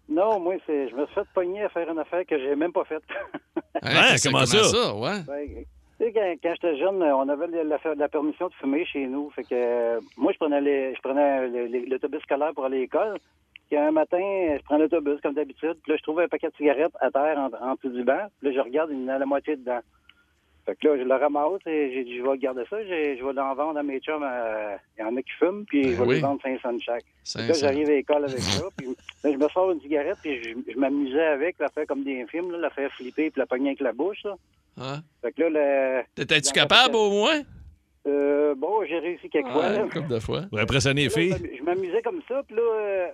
[SPEAKER 7] Non, moi, c'est, je me suis fait pogner à faire une affaire que j'ai même pas faite.
[SPEAKER 1] Hey,
[SPEAKER 2] Hein,
[SPEAKER 1] qu'est-ce que-
[SPEAKER 2] comment ça?
[SPEAKER 1] ouais.
[SPEAKER 7] Ben, tu sais, quand, quand j'étais jeune, on avait la, la- la permission de fumer chez nous. Fait que euh, moi, je prenais les- je prenais le- le- l'autobus scolaire pour aller à l'école. Puis un matin, je prends l'autobus comme d'habitude. Puis là, je trouve un paquet de cigarettes à terre en, en dessous du banc. Puis là, je regarde, il y en a la moitié dedans. Fait que là, je le ramasse et j'ai dit, je vais garder ça. J'ai- Je vais l'en vendre à mes chums. euh, Il y en a qui fument, puis je vais
[SPEAKER 1] Ben oui.
[SPEAKER 7] les vendre 500 chaque. Puis
[SPEAKER 1] C'est
[SPEAKER 7] Là, j'arrive à l'école avec ça, puis là, je me sors une cigarette, puis je, je m'amusais avec, la faire comme des films, là, la faire flipper, puis la pogner avec la bouche. Là.
[SPEAKER 1] Hein?
[SPEAKER 7] Fait que là, le,
[SPEAKER 1] T'étais-tu capable au moins?
[SPEAKER 7] euh, bon, j'ai réussi quelques fois.
[SPEAKER 1] Ouais,
[SPEAKER 7] là.
[SPEAKER 1] une couple de fois.
[SPEAKER 2] Pour impressionner les
[SPEAKER 7] Puis
[SPEAKER 2] filles.
[SPEAKER 7] là, je m'am- je m'amusais comme ça, puis là, euh,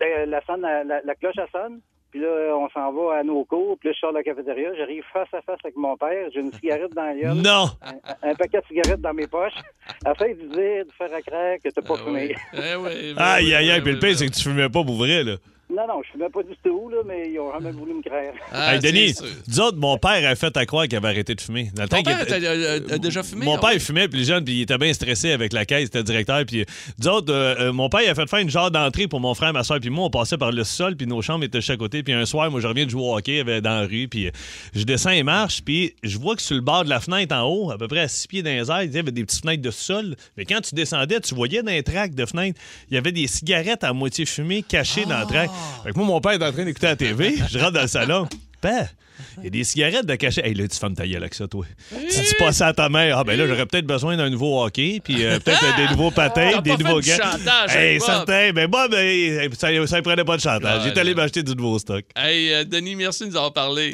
[SPEAKER 7] la, la sonne, la, la- la cloche, elle sonne. Puis là, on s'en va à nos cours, puis là, je sors de la cafétéria, j'arrive face à face avec mon père, j'ai une cigarette dans la gueule,
[SPEAKER 2] Non!
[SPEAKER 7] un, un paquet de cigarettes dans mes poches, afin de dire, de faire à craque que t'as pas
[SPEAKER 1] Ah,
[SPEAKER 7] fumé.
[SPEAKER 1] ouais. Eh, ouais, ben,
[SPEAKER 2] Aïe,
[SPEAKER 1] oui,
[SPEAKER 2] aïe, aïe.
[SPEAKER 1] oui,
[SPEAKER 2] Puis le
[SPEAKER 1] oui,
[SPEAKER 2] pire,
[SPEAKER 1] oui.
[SPEAKER 2] c'est que tu fumais pas pour vrai, là.
[SPEAKER 7] Non, non, je fumais pas du tout, là, mais ils ont jamais voulu me craindre.
[SPEAKER 1] Ah,
[SPEAKER 2] hey, Denis,
[SPEAKER 1] c'est sûr.
[SPEAKER 2] dis autres, mon père a fait à croire qu'il avait arrêté de fumer. Dans le
[SPEAKER 1] Ton
[SPEAKER 2] temps qu'il
[SPEAKER 1] père
[SPEAKER 2] était-
[SPEAKER 1] était- euh, euh, a déjà fumé?
[SPEAKER 2] Mon
[SPEAKER 1] hein?
[SPEAKER 2] père il fumait, puis les jeunes, puis il était bien stressé avec la caisse, c'était directeur. Puis, nous autres, euh, euh, mon père, il a fait faire une genre d'entrée pour mon frère, ma soeur, puis moi, on passait par le sol, puis nos chambres étaient de chaque côté. Puis un soir, moi, je reviens de jouer au hockey euh, dans la rue, puis euh, je descends et marche, puis je vois que sur le bord de la fenêtre en haut, à peu près à six pieds dans les airs, il y avait des petites fenêtres de sol. Mais quand tu descendais, tu voyais dans les tracts de fenêtres, il y avait des cigarettes à moitié fumées cachées dans le tract.
[SPEAKER 1] Ah!
[SPEAKER 2] Fait que moi, mon père est en train d'écouter la TV, je rentre dans le salon. Ben, il y a des cigarettes de cachet. Hey, là, tu fermes ta gueule avec ça, toi. Tu dis pas ça à ta mère. Ah, ben là, j'aurais peut-être besoin d'un nouveau hockey, puis euh, peut-être euh, des nouveaux patins,
[SPEAKER 1] Ah! T'as
[SPEAKER 2] des
[SPEAKER 1] pas fait
[SPEAKER 2] nouveaux
[SPEAKER 1] du
[SPEAKER 2] gants.
[SPEAKER 1] chantage,
[SPEAKER 2] Hey,
[SPEAKER 1] hein, Bob?
[SPEAKER 2] certain. Ben, moi, ben, ça, ça me prenait pas de chantage.
[SPEAKER 1] Ah,
[SPEAKER 2] J'étais allé
[SPEAKER 1] là.
[SPEAKER 2] m'acheter du nouveau stock.
[SPEAKER 1] Hey, euh, Denis, merci de nous avoir parlé.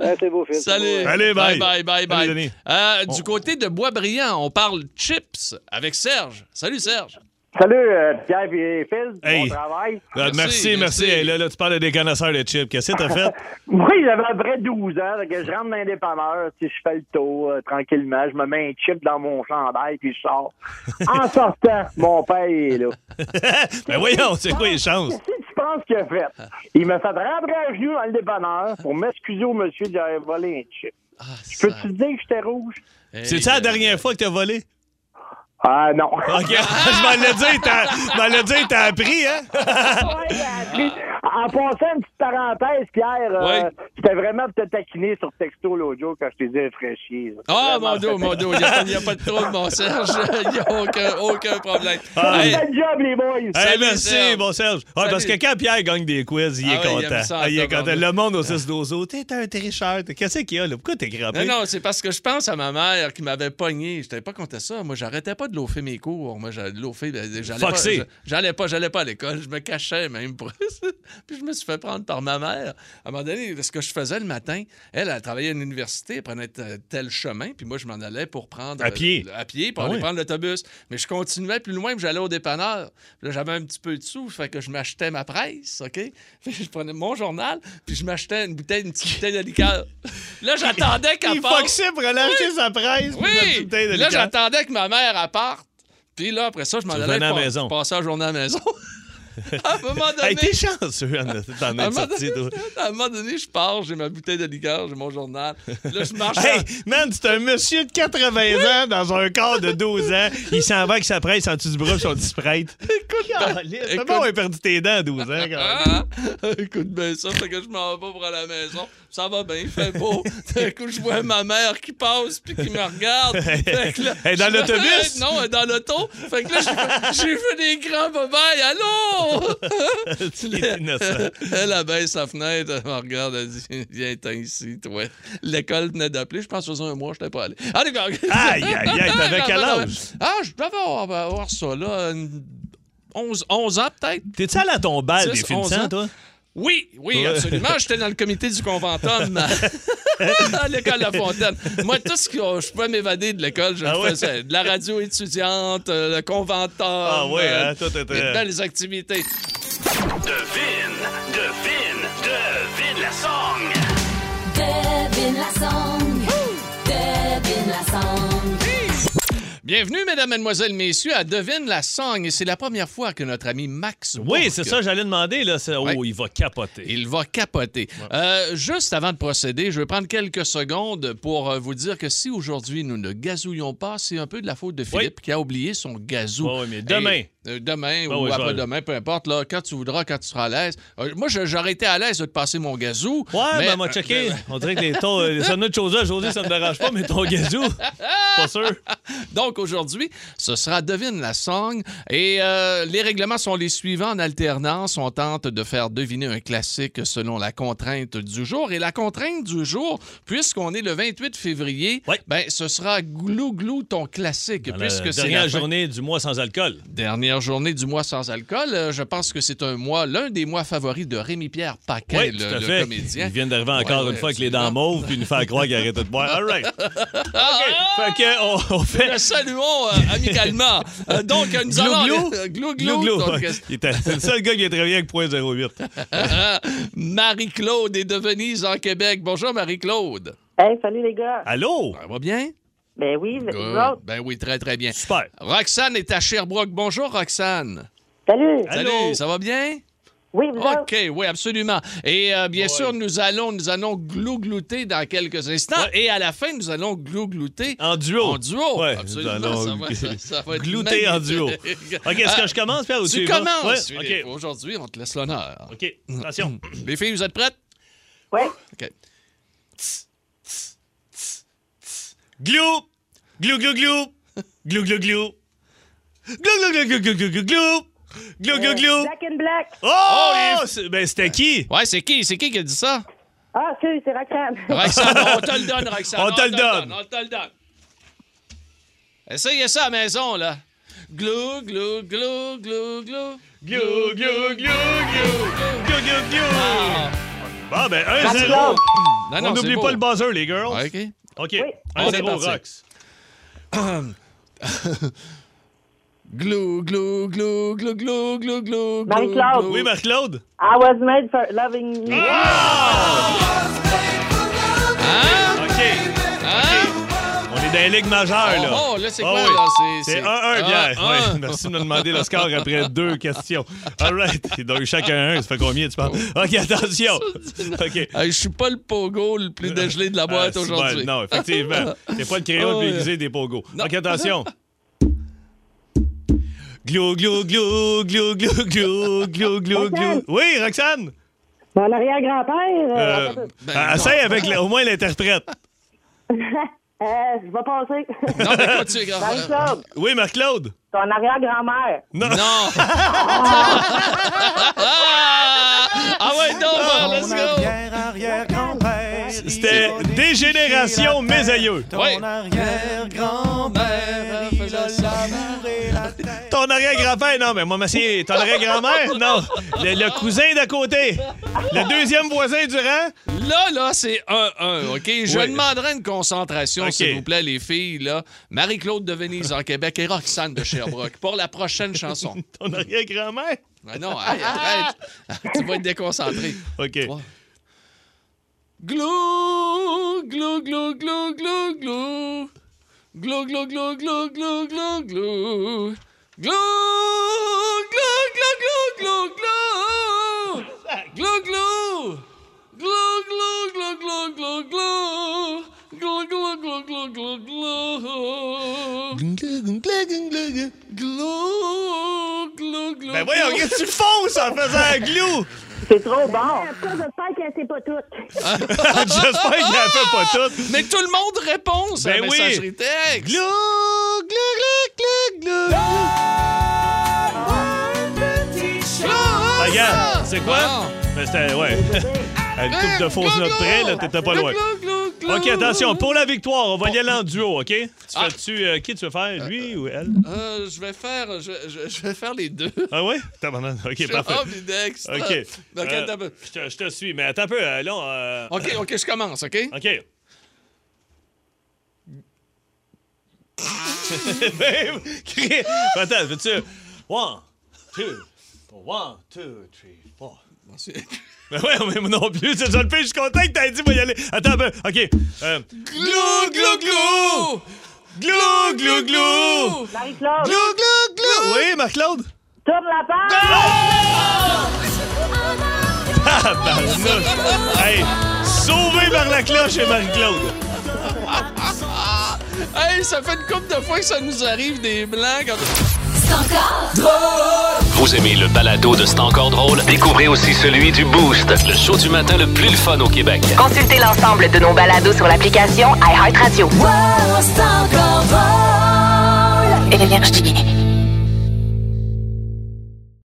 [SPEAKER 7] Ah, c'est beau, Phil. c'est beau,
[SPEAKER 1] Salut.
[SPEAKER 7] hein.
[SPEAKER 2] Allez, bye.
[SPEAKER 1] Bye, bye, bye.
[SPEAKER 2] Salut, Denis.
[SPEAKER 1] Euh, Du côté de Boisbriand, on parle chips avec Serge. Salut, Serge.
[SPEAKER 7] Salut, euh, Pierre et Phil.
[SPEAKER 2] Hey.
[SPEAKER 7] Bon travail.
[SPEAKER 2] Ah, Merci, merci.
[SPEAKER 1] Merci, merci.
[SPEAKER 2] Hey, là, là, tu parles de des connaisseurs de chips. Qu'est-ce que t'as fait?
[SPEAKER 7] Moi, j'avais à peu près 12 ans. fait que je rentre dans les dépanneurs, tu sais, je fais le tour euh, tranquillement. Je me mets un chip dans mon chandail, puis je sors. En sortant, mon père est là.
[SPEAKER 2] ben voyons, c'est quoi les chances?
[SPEAKER 7] Qu'est-ce que tu penses qu'il a fait? Il m'a fait rentrer à genoux dans le dépanneur pour m'excuser au monsieur de lui avoir volé un chip.
[SPEAKER 1] Ah,
[SPEAKER 7] Peux-tu te dire que j'étais rouge?
[SPEAKER 1] ça-
[SPEAKER 2] C'est ça la
[SPEAKER 1] Hey, euh,
[SPEAKER 2] dernière fois que t'as volé?
[SPEAKER 4] Ah non.
[SPEAKER 2] OK, je m'en ai
[SPEAKER 1] ah,
[SPEAKER 2] dit, t'as, je m'en allais dire, t'as appris, hein?
[SPEAKER 8] Ouais, ben, puis, en passant une petite parenthèse, Pierre, euh,
[SPEAKER 1] Ouais.
[SPEAKER 8] j'étais vraiment pour te taquiner sur texto l'autre jour quand je t'ai dit rafraîchir.
[SPEAKER 1] Ah, mon dos, mon dos, il n'y a, pas de trouble, mon Serge. Il n'y a aucun, aucun problème.
[SPEAKER 2] Ah.
[SPEAKER 1] Hey,
[SPEAKER 8] Quel job, les boys!
[SPEAKER 2] Hey,
[SPEAKER 1] Salut,
[SPEAKER 2] merci,
[SPEAKER 1] Serge.
[SPEAKER 2] bon Serge. Ah, parce que
[SPEAKER 1] Salut.
[SPEAKER 2] quand Pierre gagne des quiz, il est
[SPEAKER 1] Ah oui, il aime
[SPEAKER 2] content.
[SPEAKER 1] ça,
[SPEAKER 2] Ah, il est
[SPEAKER 1] tabarnak.
[SPEAKER 2] content. Le monde au 6 12 T'es un tricheur. Qu'est-ce qu'il y a, là? Pourquoi t'es
[SPEAKER 1] Non,
[SPEAKER 2] crampé?
[SPEAKER 1] non, c'est parce que je pense à ma mère qui m'avait pogné. J'étais pas content de ça. Moi, j'arrêtais pas de loafer mes cours. Moi, j'allais loafer. ben, J'allais pas,
[SPEAKER 2] Foxy.
[SPEAKER 1] je- j'allais pas, j'allais pas à l'école. Je me cachais même pour ça. Puis je me suis fait prendre par ma mère. À un moment donné, ce que je faisais le matin, elle, elle travaillait à l'université, elle prenait t- tel chemin, puis moi, je m'en allais pour prendre...
[SPEAKER 2] À
[SPEAKER 1] euh,
[SPEAKER 2] pied.
[SPEAKER 1] À pied, pour
[SPEAKER 2] Ah
[SPEAKER 1] aller
[SPEAKER 2] oui.
[SPEAKER 1] prendre l'autobus. Mais je continuais plus loin, puis j'allais au dépanneur. Puis Là, j'avais un petit peu de sous, fait que je m'achetais ma presse, OK? Fait que je prenais mon journal, puis je m'achetais une bouteille, une petite bouteille de liqueur. Là, j'attendais qu'elle
[SPEAKER 2] Il
[SPEAKER 1] parte.
[SPEAKER 2] foxait pour aller acheter sa presse. puis sa petite
[SPEAKER 1] Oui!
[SPEAKER 2] bouteille de
[SPEAKER 1] Là,
[SPEAKER 2] liqueur.
[SPEAKER 1] j'attendais que ma mère elle parte. Puis là, après ça, je m'en
[SPEAKER 2] Tu
[SPEAKER 1] allais
[SPEAKER 2] revenais à la
[SPEAKER 1] pas-
[SPEAKER 2] maison.
[SPEAKER 1] passer la journée à la maison. à un moment donné,
[SPEAKER 2] Hey, t'es chanceux, Anne, t'en
[SPEAKER 1] à un
[SPEAKER 2] es
[SPEAKER 1] moment
[SPEAKER 2] sorti, toi.
[SPEAKER 1] donné- à un moment donné, je pars, j'ai ma bouteille de liqueur, j'ai mon journal. Là, je marche.
[SPEAKER 2] Hey, man, c'est un monsieur de 80 ans dans un corps de 12 ans. Il s'en va avec sa presse en dessous du bras pis son petit sprite. Écoute, c'est
[SPEAKER 1] écoute.
[SPEAKER 2] pas avoir perdu tes dents à 12 ans. quand même.
[SPEAKER 1] Ah! Écoute bien ça, fait que je m'en vais pas pour aller à la maison. Ça va bien, il fait beau. D'un coup, je vois ma mère qui passe puis qui me regarde. Fait que là,
[SPEAKER 2] Elle est dans
[SPEAKER 1] je-
[SPEAKER 2] l'autobus?
[SPEAKER 1] Non, elle est dans l'auto. Fait que là, j'ai fait- j'ai fait des grands babayes. Allô?
[SPEAKER 2] Il est innocent.
[SPEAKER 1] Elle abaisse sa fenêtre, elle me regarde, elle dit Viens, t'es ici, toi. L'école venait d'appeler, je pense que ça faisait un mois, je n'étais pas allé. Allez, gars.
[SPEAKER 2] Aïe, aïe, aïe, t'avais quel âge?
[SPEAKER 1] Ah, je devais avoir, avoir ça, là, une 11, 11 ans peut-être.
[SPEAKER 2] T'es-tu allé à ton bal des
[SPEAKER 1] Six,
[SPEAKER 2] films
[SPEAKER 1] onze
[SPEAKER 2] sans,
[SPEAKER 1] ans.
[SPEAKER 2] toi?
[SPEAKER 1] Oui, oui,
[SPEAKER 2] Ouais.
[SPEAKER 1] absolument. J'étais dans le comité du conventum à l'école La Fontaine. Moi, tout ce que je pouvais m'évader de l'école, je
[SPEAKER 2] Ah
[SPEAKER 1] le
[SPEAKER 2] ouais?
[SPEAKER 1] faisais. De la radio étudiante, euh, le conventum.
[SPEAKER 2] Ah ouais,
[SPEAKER 1] euh,
[SPEAKER 2] hein, toi, t'étais-
[SPEAKER 1] des belles activités.
[SPEAKER 6] Devine, devine, devine la song.
[SPEAKER 10] Devine la song. Devine la song.
[SPEAKER 1] Bienvenue, mesdames, mademoiselles, messieurs, à Devine la Song. Et c'est la première fois que notre ami Max
[SPEAKER 2] Oui,
[SPEAKER 1] Bourque-
[SPEAKER 2] c'est ça, j'allais demander. Là, c'est-
[SPEAKER 1] Ouais.
[SPEAKER 2] Oh, il va capoter.
[SPEAKER 1] Il va capoter. Euh, juste avant de procéder, je vais prendre quelques secondes pour euh, vous dire que si aujourd'hui nous ne gazouillons pas, c'est un peu de la faute de Philippe qui a oublié son gazou.
[SPEAKER 2] Ouais, ouais, mais demain.
[SPEAKER 1] Et, euh, demain
[SPEAKER 2] Ouais,
[SPEAKER 1] ou
[SPEAKER 2] ouais, je vais-
[SPEAKER 1] après-demain, peu importe, là, quand tu voudras, quand tu seras à l'aise. Euh, moi, je- j'aurais été à l'aise de te passer mon gazou.
[SPEAKER 2] Ouais,
[SPEAKER 1] mais-
[SPEAKER 2] ben, m'a checké. On dirait que les tons, euh, les sonnets de choses, José, ça me dérange pas, mais ton gazou, pas sûr.
[SPEAKER 1] Donc aujourd'hui, ce sera Devine la song. Et euh, les règlements sont les suivants en alternance. On tente de faire deviner un classique selon la contrainte du jour. Et la contrainte du jour, puisqu'on est le 28 février,
[SPEAKER 2] Ouais.
[SPEAKER 1] ben, ce sera Glou Glou ton classique.
[SPEAKER 2] Dans la
[SPEAKER 1] puisque c'est
[SPEAKER 2] dernière
[SPEAKER 1] la fin-
[SPEAKER 2] journée du mois sans alcool.
[SPEAKER 1] dernière journée du mois sans alcool, Euh, je pense que c'est un mois, l'un des mois favoris de Rémi-Pierre Paquin,
[SPEAKER 2] Oui, tout
[SPEAKER 1] le,
[SPEAKER 2] à
[SPEAKER 1] le
[SPEAKER 2] fait.
[SPEAKER 1] comédien.
[SPEAKER 2] Ils viennent d'arriver encore
[SPEAKER 1] Ouais, ouais,
[SPEAKER 2] une fois avec les dents
[SPEAKER 1] absolument.
[SPEAKER 2] mauves puis nous faire croire qu'ils arrêtent de boire. All right. Fait que, on, on fait.
[SPEAKER 1] ah! Le saluons euh, amicalement. Euh, donc, nous
[SPEAKER 2] Glou,
[SPEAKER 1] allons...
[SPEAKER 2] glou.
[SPEAKER 1] Glou, glou,
[SPEAKER 2] Glou, glou.
[SPEAKER 1] Donc, euh,
[SPEAKER 2] Il était- C'est le seul gars qui a travaillé avec .08.
[SPEAKER 1] Marie-Claude est de Venise, en Québec. Bonjour, Marie-Claude.
[SPEAKER 9] Hey, salut les gars.
[SPEAKER 2] Allô?
[SPEAKER 1] Ça va bien?
[SPEAKER 9] Ben oui, vous êtes
[SPEAKER 1] Good.
[SPEAKER 9] vous autres.
[SPEAKER 1] Ben oui, très, très bien.
[SPEAKER 2] Super.
[SPEAKER 1] Roxane est à Sherbrooke. Bonjour, Roxane.
[SPEAKER 9] Salut.
[SPEAKER 2] Allô?
[SPEAKER 1] Salut, ça va bien?
[SPEAKER 9] Oui, vous autres.
[SPEAKER 1] OK, oui, absolument. Et euh, bien sûr, nous allons nous allons glouglouter dans quelques instants. Et à la fin, nous allons glouglouter
[SPEAKER 2] En duo.
[SPEAKER 1] En duo,
[SPEAKER 2] Ouais,
[SPEAKER 1] absolument.
[SPEAKER 2] nous allons
[SPEAKER 1] ça, va, ça- ça va être
[SPEAKER 2] glouter en duo. OK,
[SPEAKER 1] magnifique.
[SPEAKER 2] est-ce que je commence, Pierre, ou
[SPEAKER 1] Tu
[SPEAKER 2] y vas?
[SPEAKER 1] commences,
[SPEAKER 2] Ouais,
[SPEAKER 1] Philippe.
[SPEAKER 2] OK.
[SPEAKER 1] Aujourd'hui, on te laisse l'honneur.
[SPEAKER 2] OK, attention.
[SPEAKER 1] Les filles, vous êtes prêtes?
[SPEAKER 9] Ouais.
[SPEAKER 1] OK.
[SPEAKER 2] Glou! Glou, glou, glou! Glou, glou, glou! Glou, glou, glou, glou, glou, glou, glou, glou! Glou, glou, glou!
[SPEAKER 9] Euh, Black and Black.
[SPEAKER 2] Oh! c'est- Ben, c'était qui?
[SPEAKER 1] Ouais, c'est qui? C'est qui qui a dit ça?
[SPEAKER 9] Ah, c'est c'est Roxane.
[SPEAKER 1] Roxane, on te le donne, Roxane.
[SPEAKER 2] On te le donne.
[SPEAKER 1] On te le donne. Essayez ça à la maison, là. Glou, glou, glou, glou, glou.
[SPEAKER 2] Glou, glou, glou, glou! Glou, glou, glou!
[SPEAKER 1] Ah.
[SPEAKER 2] Bon, ben, 1-0.
[SPEAKER 1] Non, non,
[SPEAKER 2] On
[SPEAKER 1] c'est
[SPEAKER 2] n'oublie
[SPEAKER 1] beau.
[SPEAKER 2] pas le buzzer, les girls.
[SPEAKER 1] Ah, OK.
[SPEAKER 2] OK.
[SPEAKER 1] On est
[SPEAKER 2] 1-0,
[SPEAKER 1] parti.
[SPEAKER 2] Rox.
[SPEAKER 1] Glou, glou, glou, glou, glou, glou, glou. Oh,
[SPEAKER 9] Marie-Claude.
[SPEAKER 2] Oui, Marc-Claude? Ah.
[SPEAKER 9] I was made for loving you.
[SPEAKER 1] Ah. Hein?
[SPEAKER 2] OK.
[SPEAKER 1] Hein?
[SPEAKER 2] On est dans les ligues majeures, là.
[SPEAKER 1] Oh, oh, là, c'est
[SPEAKER 2] Ah
[SPEAKER 1] clair,
[SPEAKER 2] oui.
[SPEAKER 1] là, c'est-
[SPEAKER 2] C'est
[SPEAKER 1] c'est-
[SPEAKER 2] 1-1, Pierre.
[SPEAKER 1] Ah, un.
[SPEAKER 2] Ouais, merci de me demander le score après deux questions. All right. Donc, chacun un. Ça fait combien, tu penses? OK, attention. OK.
[SPEAKER 1] Oh. Hey, Je suis pas le pogo le plus dégelé de la
[SPEAKER 2] Ah,
[SPEAKER 1] boîte
[SPEAKER 2] c'est bon.
[SPEAKER 1] aujourd'hui.
[SPEAKER 2] Non, effectivement. T'es pas le crayon
[SPEAKER 1] Oh,
[SPEAKER 2] de
[SPEAKER 1] ouais.
[SPEAKER 2] déguisé des pogos.
[SPEAKER 1] Non.
[SPEAKER 2] OK, attention. Glou, glou, glou, glou, glou, glou, glou, glou, glou.
[SPEAKER 11] Roxane?
[SPEAKER 2] Oui, Roxane?
[SPEAKER 11] Mon arrière-grand-père. euh,
[SPEAKER 2] Euh, essaye avec la- au moins l'interprète.
[SPEAKER 11] euh, je vais passer.
[SPEAKER 2] Non, mais continue, grand-
[SPEAKER 11] Marc-Claude,
[SPEAKER 2] Oui, Marc-Claude?
[SPEAKER 11] ton arrière-grand-mère.
[SPEAKER 2] Non.
[SPEAKER 1] Ah ouais, non, man, let's go!
[SPEAKER 2] C'était Dégénération Mes aïeux.
[SPEAKER 1] Ouais.
[SPEAKER 3] Arrière-grand-mère, il a l'amour et la tête.
[SPEAKER 2] Ton arrière-grand-père, non, mais moi, monsieur, ton arrière-grand-mère, non. Le, le cousin d'à côté. Le deuxième voisin du rang.
[SPEAKER 1] Là, là, c'est 1-1, OK? Je
[SPEAKER 2] Oui.
[SPEAKER 1] demanderai une concentration,
[SPEAKER 2] OK.
[SPEAKER 1] s'il vous plaît, les filles. là. Marie-Claude de Venise en Québec et Roxane de Sherbrooke pour la prochaine chanson.
[SPEAKER 2] Ton arrière-grand-mère.
[SPEAKER 1] Ah non, arrête, arrête. tu vas être déconcentré.
[SPEAKER 2] OK.
[SPEAKER 1] Glou, glou, glou, glou, glou, glou. Glou, glou, glou, glou, glou, glou, glou. Glou, glou, glou, glou, glou, glou. Glou, glou. Glou, glou, glou, glou, glou, glou. Glou, glou, glou, glou, glou, glou. Glou, glou, glou.
[SPEAKER 2] Ben voyons,
[SPEAKER 1] glou.
[SPEAKER 2] qu'est-ce que tu fonces en faisant un glou?
[SPEAKER 11] C'est trop bon.
[SPEAKER 12] J'espère qu'elle sait pas toutes.
[SPEAKER 2] J'espère qu'il en fait pas tout.
[SPEAKER 1] Mais tout le monde répond à la
[SPEAKER 2] Ben oui.
[SPEAKER 1] messagerie texte.
[SPEAKER 2] Glou, glou, glou, glou, glou. Ben, regarde, c'est quoi? Ben, c'était, ouais. À une coupe de fausses notes près, là, t'étais pas loin. OK, attention, pour la victoire, on va y aller en duo, OK? Tu fais-tu, euh, qui tu veux faire, lui ou elle?
[SPEAKER 1] Ah. Euh, je vais faire, je, je- je vais faire les deux.
[SPEAKER 2] Ah ouais? Tabarnak, OK,
[SPEAKER 1] Je-
[SPEAKER 2] parfait.
[SPEAKER 1] oh, puis next.
[SPEAKER 2] OK.
[SPEAKER 1] Donc,
[SPEAKER 2] Euh,
[SPEAKER 1] attends un peu.
[SPEAKER 2] je, te, je te suis, mais attends un peu, euh, là, on, euh,
[SPEAKER 1] OK, OK, je commence, OK?
[SPEAKER 2] OK. Ben, crie- Attends, veux-tu... One, two, one, two, three, four. Ben ouais, mais moi non plus, c'est ça le pire, je suis content que t'aies dit, moi y aller. Attends un peu, OK. Euh, glou, glou, glou! Glou, glou, glou!
[SPEAKER 11] Marie-Claude.
[SPEAKER 2] Glou, glou, glou! Oui, Marc-Claude?
[SPEAKER 11] Tourne la page.
[SPEAKER 2] Ah, barnouche! Hey, sauvé par la cloche et Marie-Claude!
[SPEAKER 1] Hey, ça fait une couple de fois que ça nous arrive des blancs quand
[SPEAKER 10] C'est encore
[SPEAKER 13] Vous aimez le balado de C'est encore drôle? Découvrez aussi celui du Boost, le show du matin le plus le fun au Québec.
[SPEAKER 5] Consultez l'ensemble de nos balados sur l'application iHeartRadio.
[SPEAKER 10] Wow, c'est encore drôle.
[SPEAKER 5] Énergie.